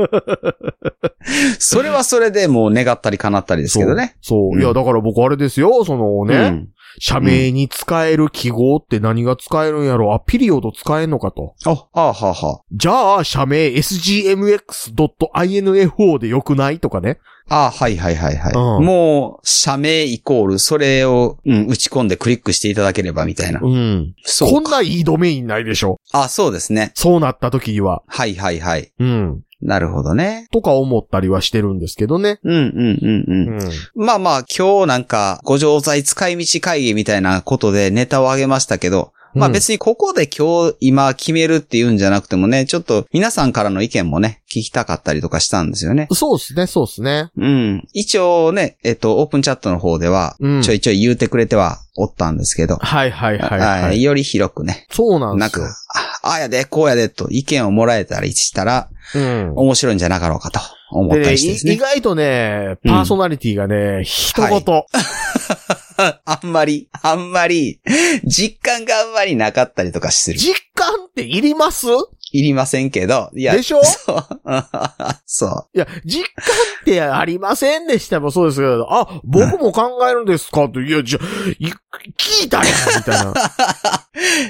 C: それはそれでもう願ったり叶ったりですけどね。
B: そう。そうう。
C: ん
B: いや、だから僕あれですよ、そのね、
C: うん。
B: 社名に使える記号って何が使えるんやろあ、ピリオド使えんのかと。
C: あ、ああはあは
B: じゃあ、社名 sgmx.info でよくないとかね。
C: あ。ああはいはいはいはい。
B: うん
C: もう、社名イコール、それを、うん、打ち込んでクリックしていただければみたいな。
B: うん。
C: そ
B: こ。
C: うん
B: ないいドメインないでしょ。
C: あ、そうですね。
B: そうなった時には。
C: はいはいはい。
B: うん。
C: なるほどね。
B: とか思ったりはしてるんですけどね。
C: うんうんうんうん。
B: ん。
C: まあまあ、今日なんか、ご常在使い道会議みたいなことでネタを上げましたけど、まあ別にここで今日、今決めるっていうんじゃなくてもね、ちょっと皆さんからの意見もね、聞きたかったりとかしたんですよね。
B: そうですね、そうですね。
C: うん。一応ね、えっと、オープンチャットの方では、
B: うん
C: ちょいちょい言うてくれてはおったんですけど、
B: はいはいはい
C: は
B: はいい。
C: より広くね、
B: そうなん
C: な
B: で
C: ん
B: す
C: か
B: よ。、
C: ああやで、こうやでと意見をもらえたりしたら、
B: うん。
C: 面白いんじゃなかろうかと思っ
B: で
C: た
B: ね、
C: りしてです
B: い意
C: ね。
B: 外とね、
C: うん
B: パーソナリティがね、一
C: はい
B: 言。
C: あんまり、あんまり、実感があんまりなかったりとかする。
B: 実感っていります
C: いりませんけど、いや、
B: でしょ
C: そうそう。
B: いや、実感ってありませんでしたもそうですけど、あ、僕も考えるんですかと、いや、じゃ、い聞いたやんみたいな。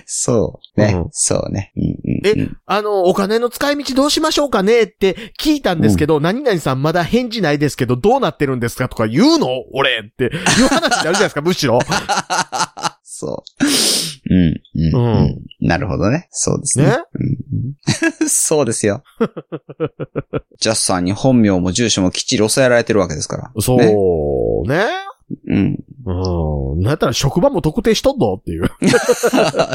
C: そう。 ね。
B: うん
C: そうね。うんうん
B: え
C: うん
B: あの、お金の使い道どうしましょうかねって聞いたんですけど、何々さんまだ返事ないですけど、どうなってるんですかとか言うの俺っていう話になるじゃないですか、むしろ。
C: そう。うん、うん、
B: うん
C: うん。なるほどね。そうですね。
B: ね
C: うんうん そうです よ。ジャスさんに本名も住所もきっちり抑えられてるわけですから。ね
B: そうね。
C: うん。
B: うん。なんやったら職場も特定しとんのっていう。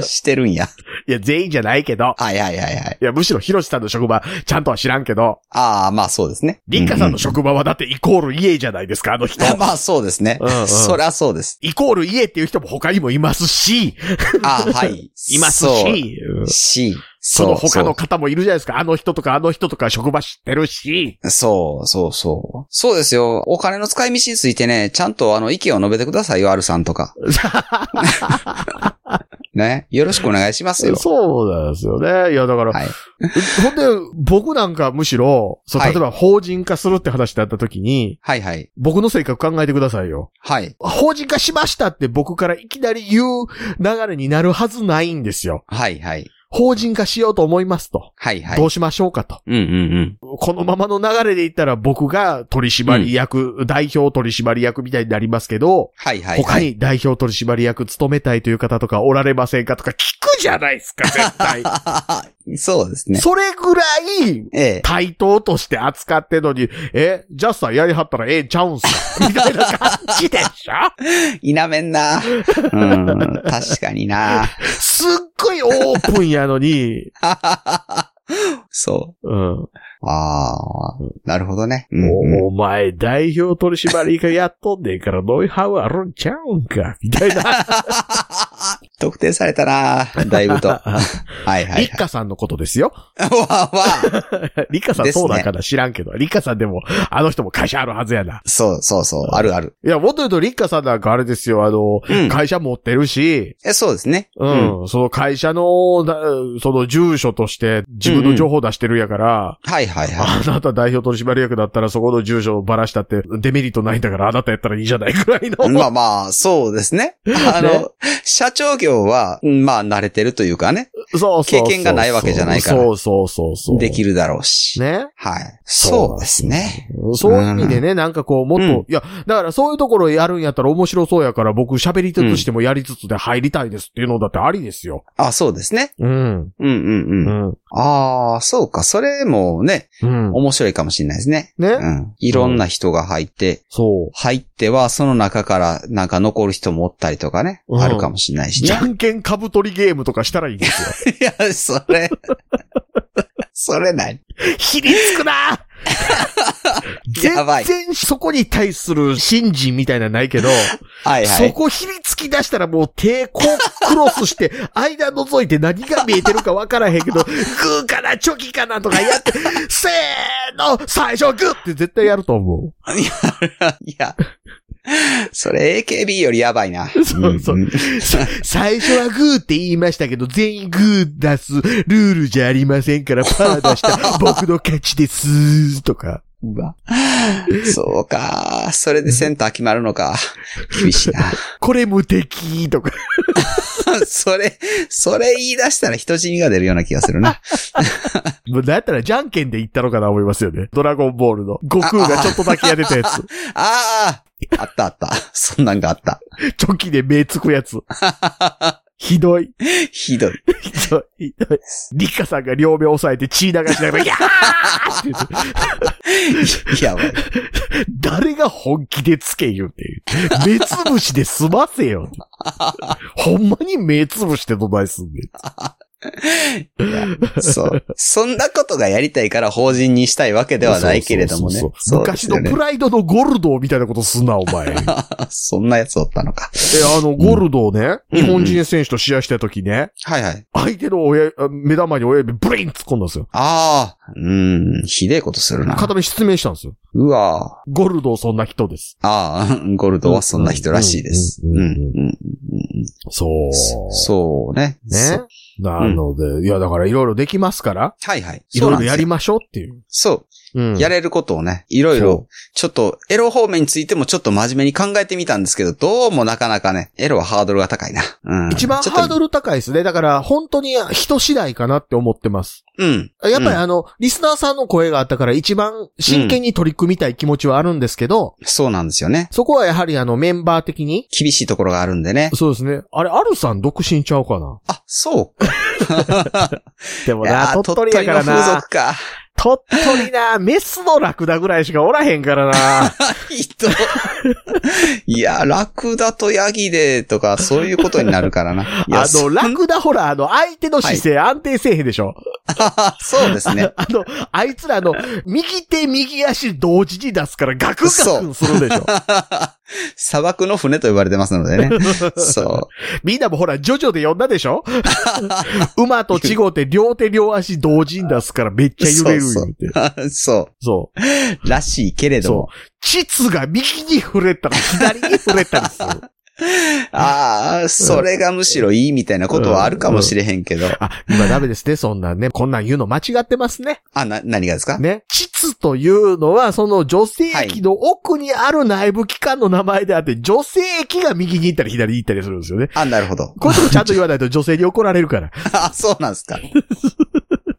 C: してるんや。
B: いや、全員じゃないけど。
C: はいはいはいはい。
B: いや、むしろヒロシさんの職場、ちゃんとは知らんけど、
C: ああ、まあそうですね。
B: リッカさんの
C: う
B: 職場はだってイコール家じゃないですか、あの人
C: う。ん まあそうですね。
B: うんうん
C: そりゃそうです。
B: イコール家っていう人も他にもいますし、
C: ああ、はい。
B: います
C: そう
B: し、うん
C: し、
B: その他の
C: そ
B: 方もいるじゃないですか。あの人とかあの人とか職場知ってるし。
C: う。そう、そう、そう。そうですよ。お金の使い道についてね、ちゃんとあの、意見を述べてくださいよ、アルさんと か。ね。よろしくお願いしますよ。
B: そうなんですよね。いや、だから、
C: はい
B: ほんで、僕なんかむしろ、そう、
C: は
B: 例
C: い
B: えば法人化するって話だった時に、
C: はいはい。
B: 僕の性格考えてくださいよ。
C: はい。
B: 法人化しましたって僕からいきなり言う流れになるはずないんですよ。
C: はいはい。
B: 法人化しようと思いますと。
C: はいはい
B: ど。うしましょうかと。
C: うんうん
B: このままの流れでいったら僕が取締役、代表取締役みたいになりますけど、
C: はいはいはい。
B: 他に代表取締役務めたいという方とかおられませんかとか聞くじゃないで すか、絶対。
C: そうですね。
B: それぐらい、
C: ええ。
B: 対等として扱ってんのに、え、ジャスさんやりはったらええんちゃうんす かみたいな感じでしょ
C: 否めんな。うん。確かにな。
B: すっごいオープンやのに、
C: そ
B: うん、
C: う。ああ、なるほどね。うんうん
B: おお前代表取締役やっとんねんからノイハウあるんちゃうんかみたいな。
C: 特定されたな。だいぶと。 はいはい、はい
B: リッ。カさんのことですよ。
C: わわ。
B: リッカさん
C: ですね
B: そうなんかな知らんけど、リッカさんでも、あの人も会社あるはずやな。
C: そうそうそう。あるある。
B: いや、もっと言うとリッカさんなんかあれですよ、あの、
C: うん。
B: 会社持ってるし、
C: えそうですね。
B: うん、その会社の、だその住所として自分の情報出してるやから、
C: はいはいはい。
B: あなた代表取締役だったらそこの住所をばらしたってデメリットないんだからあなたやったらいいじゃないくらい の。
C: まあまあ、そうですね。あの、
B: ね
C: 社長業は、うんまあ慣れてるというかね、
B: そうそうそう
C: 経験がないわけじゃないから
B: そうそうそうそう。
C: でき
B: る。
C: るだろうし。
B: ね。
C: はい。そうですね。
B: そういう意味でね、なんかこう、もっと、
C: うん
B: いや、だからそういうところやるんやったら面白そうやから、僕喋りつつしてもやりつつで入りたいですっていうのだってありですよ。
C: あ、そうですね。
B: うん。
C: うんうん
B: う
C: うん。
B: ん。
C: ああ、そうか。それもね、
B: うん。
C: 面白いかもしれないですね。
B: ね
C: う。ん。いろんな人が入って、
B: そ
C: 入っては、その中からなんか残る人もおったりとかね、
B: うん。
C: あるかもしれないうし
B: じ
C: ね
B: ゃ。んけん株取りゲームとかしたらいいんですよ。
C: いや、それ、 それない。
B: ひりつくな
C: やばい
B: 全然そこに対する信心みたいなのないけど、
C: はいは
B: そ
C: い。
B: こひりつき出したらもう抵抗クロスして、間覗いて何が見えてるかわからへんけど、グーかな、チョキかなとかやって、せーの、最初グーって絶対やると思う。
C: いや、それ AKB よりやばいな。
B: そうそうん
C: ん
B: さ最初はグーって言いましたけど、全員グー出すルールじゃありませんから、パー出した僕の勝ちですーとか。
C: うわそうか。それでセンター決まるのか。厳しいな。
B: これ無敵とか。
C: それ、それ言い出したら人死にが出るような気がするな。
B: もうだったらじゃんけんで言ったのかな思いますよね。ドラゴンボールの。悟空がちょっとだけやれたやつ。
C: あああったあった。そんなんがあった。
B: チョキで目つくや つ。ひどい。
C: ひどい。
B: ひどい。ひどい。リカさんが両目押さえて血流しな がら、いやーって言って
C: やばい。
B: 誰が本気でつけ言うていう。目つぶしで済ませよ。ほんまに目つぶしてどないすんねん。
C: いやそう。そんなことがやりたいから法人にしたいわけではないけれどもね
B: そう。そうそう
C: そうです
B: 昔
C: よ
B: の
C: ね
B: プライドのゴルドーみたいなことすんな、お前。え、
C: あそんなやつおったのか。
B: あの、ゴルドーね、
C: うん
B: 日本人選手と試合した時ね、
C: はいはい。
B: 相手の親、あ目玉に親指ブリン突っ込んだんですよ。
C: ああ、うーん、ひでえことするな。
B: 片目失明したんですよ。
C: うわ
B: ゴルドーそんな人です。
C: あああ、 ゴルドはそんな人らしいです。
B: う
C: うんん
B: う
C: うんん
B: う
C: う
B: ん
C: ん
B: そう。
C: そうね。そ
B: ね
C: う。
B: なので、いや、だからいろいろできますから、
C: はいはい。
B: いろいろ
C: そう
B: や
C: なんです
B: り
C: よ
B: ましょうっていう。
C: そうう。
B: ん。
C: やれることをね、いろい
B: そ
C: ろ、ちょっと、エロ方面についてもちょっと真面目に考えてみたんですけど、どうもなかなかね、エロはハードルが高いな。うん。
B: 一番
C: ちょっ
B: ハー
C: と
B: ドル高いですね。だから、本当に人次第かなって思ってます。
C: うん。
B: やっぱり
C: うん
B: あの、リスナーさんの声があったから一番真剣に取り組みたい気持ちはあるんですけど、
C: そうなんですよね。
B: そこはやはりあのメンバー的に、
C: 厳しいところがあるんでね。
B: そうですね。あれ、アルさん独身ちゃうかな
C: あ、そう。
B: でも
C: いやー
B: な、鳥取やから
C: 鳥取の風
B: な
C: 俗、か。
B: 鳥鳥取な、メスのラクダぐらいしかおらへ んからな。
C: ひど い。いや、ラクダとヤギでとか、そういうことになるからな。 いや
B: あの、ラクダほら、あの、相手の姿勢安定せえへんでしょ。
C: そうですね。
B: あの、あいつらの、右手右足同時に出すからガクガクンするでしょ。
C: 砂漠の船と呼ばれてますのでね。そ
B: みんなもほら、ジョジョで呼んだでしょ馬と違って両手両足同時に出すからめっちゃ揺れるよって。
C: う。 そ
B: そう。
C: う。らしいけれど
B: そ
C: も。
B: う。膣が右に触れたら左に触れたりする。
C: ああ、それがむしろいいみたいなことはあるかもしれへんけど。
B: あ、今ダメですね、そんなんね。こんなん言うの間違ってますね。
C: あ、な、何がですか
B: ね。膣というのは、その女性器の奥にある内部機関の名前であって、女性器が右に行ったり左に行ったりするんですよね。
C: あ、なるほ ど。
B: こういうとこちゃんと言わないと女性に怒られるから。
C: あ、そうなんですか。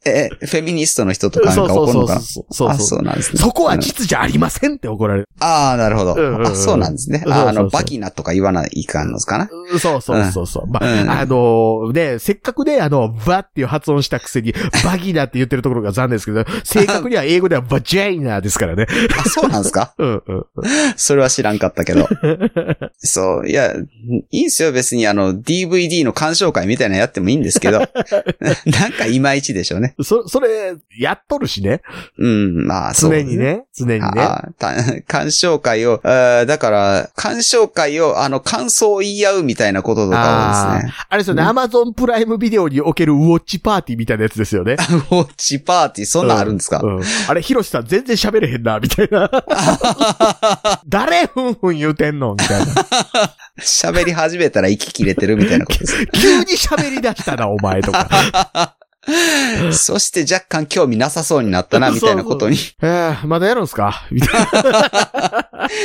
C: え、フェミニストの人とかなん
B: そう
C: か
B: そう
C: 怒る
B: そ
C: の
B: う
C: かな
B: そうそう
C: あ、
B: そ。
C: そううなんですね。
B: そこは膣じゃありませんって怒られる。
C: ああ、なるほど
B: うんうんうん。
C: あそうなんですね。
B: そうそう
C: ああ
B: そう
C: の、バキナとか言わないかんのですかな。
B: そうそうそうそう。ま
C: うん
B: あ、あのね、せっかくね、あの、バっていう発音したくせに、バギーナって言ってるところが残念ですけど、正確には英語ではバジェイナーですからね。
C: あ、そうなんですか
B: うんうん。
C: それは知らんかったけ ど。そう、いや、いいんすよ。別にあの、DVD の鑑賞会みたいなのやってもいいんです けど。なんかいまいちでしょうね。
B: そ、それ、やっとるしね。
C: うん、まあ、そう。
B: 常にね。常にね。
C: ああた鑑賞会を、あーだから、鑑賞会を、あの、感想を言い合うみたいなこととかをですね。
B: あれですよね、アマゾンプライムビデオにおけるウォッチパーティーみたいなやつですよね。
C: ウォッチパーティー、そんなんあるんですか、
B: うん。あれ、ヒロシさん全然喋れへんな、みた いな。誰ふんふん言うてんのみたいな。
C: 喋り始めたら息切れてるみたいなことですね。
B: 急に喋り出したな、お前とか。
C: そして若干興味なさそうになったな、みたいなことに。
B: えー、まだやるんすかみたい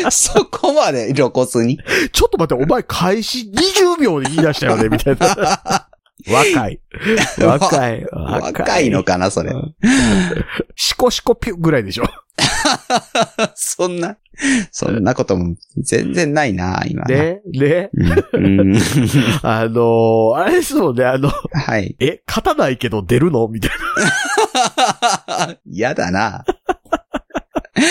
B: な。
C: そこまで露骨に。
B: ちょっと待って、お前開始20秒で言い出したよね、みたいな。 若い。若い。
C: 若いのかな、それ
B: う。んシコシコピュぐらいでしょ。
C: そんな、そんなことも全然ないな、今。
B: ね、ね。
C: うん。
B: あのーあれですもんね、あの、
C: はい。
B: え、勝たないけど出るのみたい
C: 嫌だ な。
B: な。。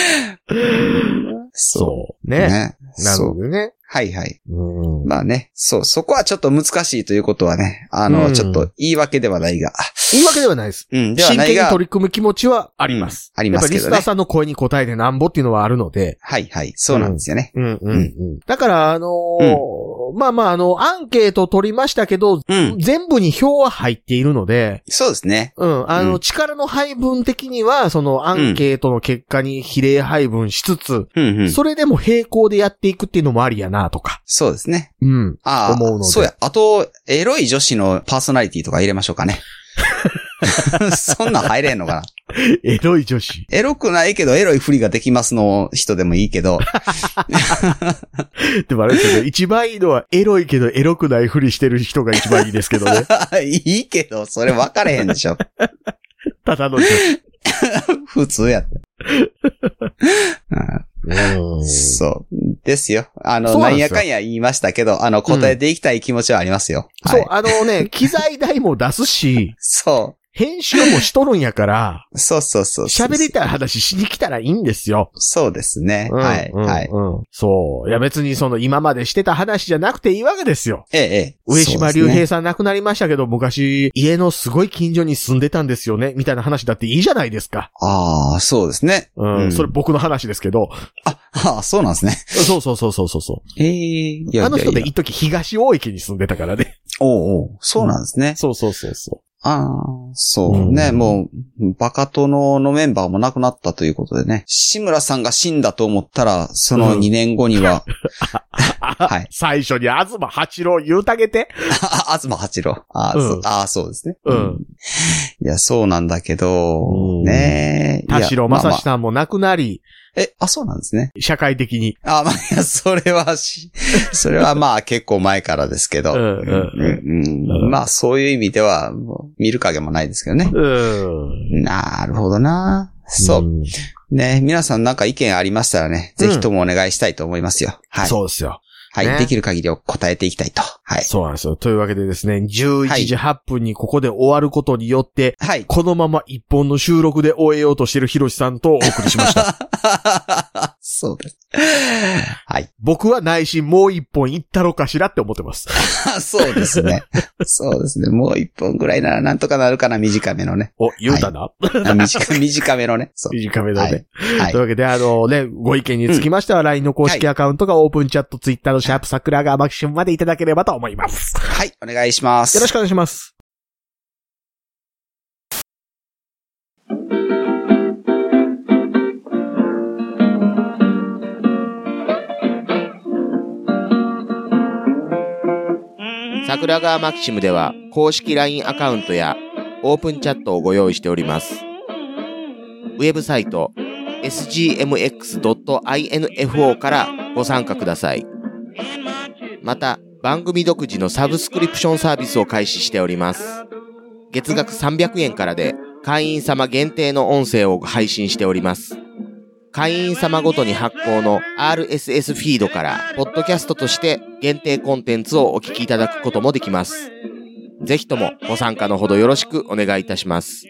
C: そう
B: ね。
C: ね。
B: なる
C: そ
B: ほ
C: う。
B: どね。
C: はいはい。
B: うん。
C: まあね、そう、そこはちょっと難しいということはね、あの、
B: うん
C: ちょっと言い訳ではないが、
B: 言い訳ではないです。
C: うん、では
B: 真
C: ない
B: 剣に
C: が、
B: 取り組む気持ちはあります。
C: ありますけ
B: やっ
C: ど
B: ぱリスナー
C: ね。
B: さんの声に応えてなんぼっていうのはあるので。
C: はいはい、そうなんですよね。
B: うんうんうん。だから、あのーまあまあ、あの、アンケート取りましたけど、
C: うん。
B: 全部に票は入っているので、
C: そうですね。
B: うん、あ
C: う
B: の、
C: ん
B: 力の配分的には、そのアンケートの結果に比例配分しつつ、
C: うんうん。
B: それでも並行でやっていくっていうのもありやなとか。
C: そうですね。
B: うん。
C: あ
B: 思うので
C: あ、そうや。あと、エロい女子のパーソナリティとか入れましょうか ね。そんなん入れんのかな
B: エロい女子。
C: エロくないけど、エロいふりができますの人でもいい けど、
B: でもあれですけど、一番いいのは、エロいけどエロくないふりしてる人が一番いいですけど ね。
C: いいけど、それ分かれへんでしょ。
B: ただの 女子。
C: 普通やって。うん
B: そ
C: そう。ですよ。あの、
B: そ
C: な
B: うなん
C: ん
B: で
C: や
B: すよ
C: かんや言いましたけど、あの、答えていきたい気持ちはありますよ。
B: う、
C: はい。
B: あ のね、機材代も出すし、
C: そ
B: 編集もしとるんやから、
C: う。そうそうそうそう。
B: 喋りたい話しに来たらいいんですよ。
C: そうですね。
B: うん
C: はい。
B: うん
C: はい。
B: うんそう。いや別にその今までしてた話じゃなくていいわけですよ。
C: ええ、ええ。
B: 上島竜
C: そうですね
B: 兵さん亡くなりましたけど、昔、家のすごい近所に住んでたんですよね、みたいな話だっていいじゃないですか。
C: ああ、そうですね。
B: うん。
C: うん
B: それ僕の話ですけど。
C: ああ、そうなんですね。
B: そうそうそうそうそうそ。
C: ええ、いうや
B: あの人
C: いや
B: で
C: いや
B: 一時東大池に住んでたからね。
C: おうおうそうなんですね。
B: そうそうそうそ
C: ああ、そう
B: う
C: ね。
B: ん
C: もう、バカ殿のメンバーも亡くなったということでね。志村さんが死んだと思ったら、その2年後に は、
B: う。は
C: はい
B: 最初に東八郎言うたげて。
C: あ、東八郎。あ、
B: うん
C: そあそうですね。
B: うん。
C: いや、そうなんだけ
B: うん
C: ど、ねえ。いや
B: 田代正史さんも亡くなり、
C: まあまあえ、あ、そうなんですね。
B: 社会的に。
C: あ、まあ、いや、それは し、それはまあ結構前からですけど。
B: うんうん
C: うんうんまあ、そういう意味では、もう見る影もないですけどね。
B: うん。
C: なるほどな。そう。
B: ん
C: ね。皆さんなんか意見ありましたらね、ぜひともお願いしたいと思いますよ。はい。
B: そうですよ。
C: はい。
B: ね
C: できる限りを答えていきたいと。はい。
B: そうなんですよ。というわけでですね、11時8分にここで終わることによって、
C: はい。
B: このまま一本の収録で終えようとしてるヒロシさんとお送りしました。
C: そうです。はい。
B: 僕は内心もう一本いったろかしらって思ってます。
C: そうです ね。そうですね。もう一本ぐらいならなんとかなるかな、短めのね。
B: お、言うたな、
C: あ 短短めのね。そう。
B: 短めだね。
C: はい
B: という。わけで、あのね、ご意見につきましては、LINE の公式アカウントがオープンチャット、ツイッターのシャープ桜川マキシムまでいただければと思います。
C: はい、お願いします。
B: よろしくお願いします。
A: 桜川マキシムでは公式 LINE アカウントやオープンチャットをご用意しております。ウェブサイト sgmx.info からご参加ください。また、番組独自のサブスクリプションサービスを開始しております。月額300円からで会員様限定の音声を配信しております。会員様ごとに発行の RSS フィードから、ポッドキャストとして限定コンテンツをお聞きいただくこともできます。ぜひともご参加のほどよろしくお願いいたします。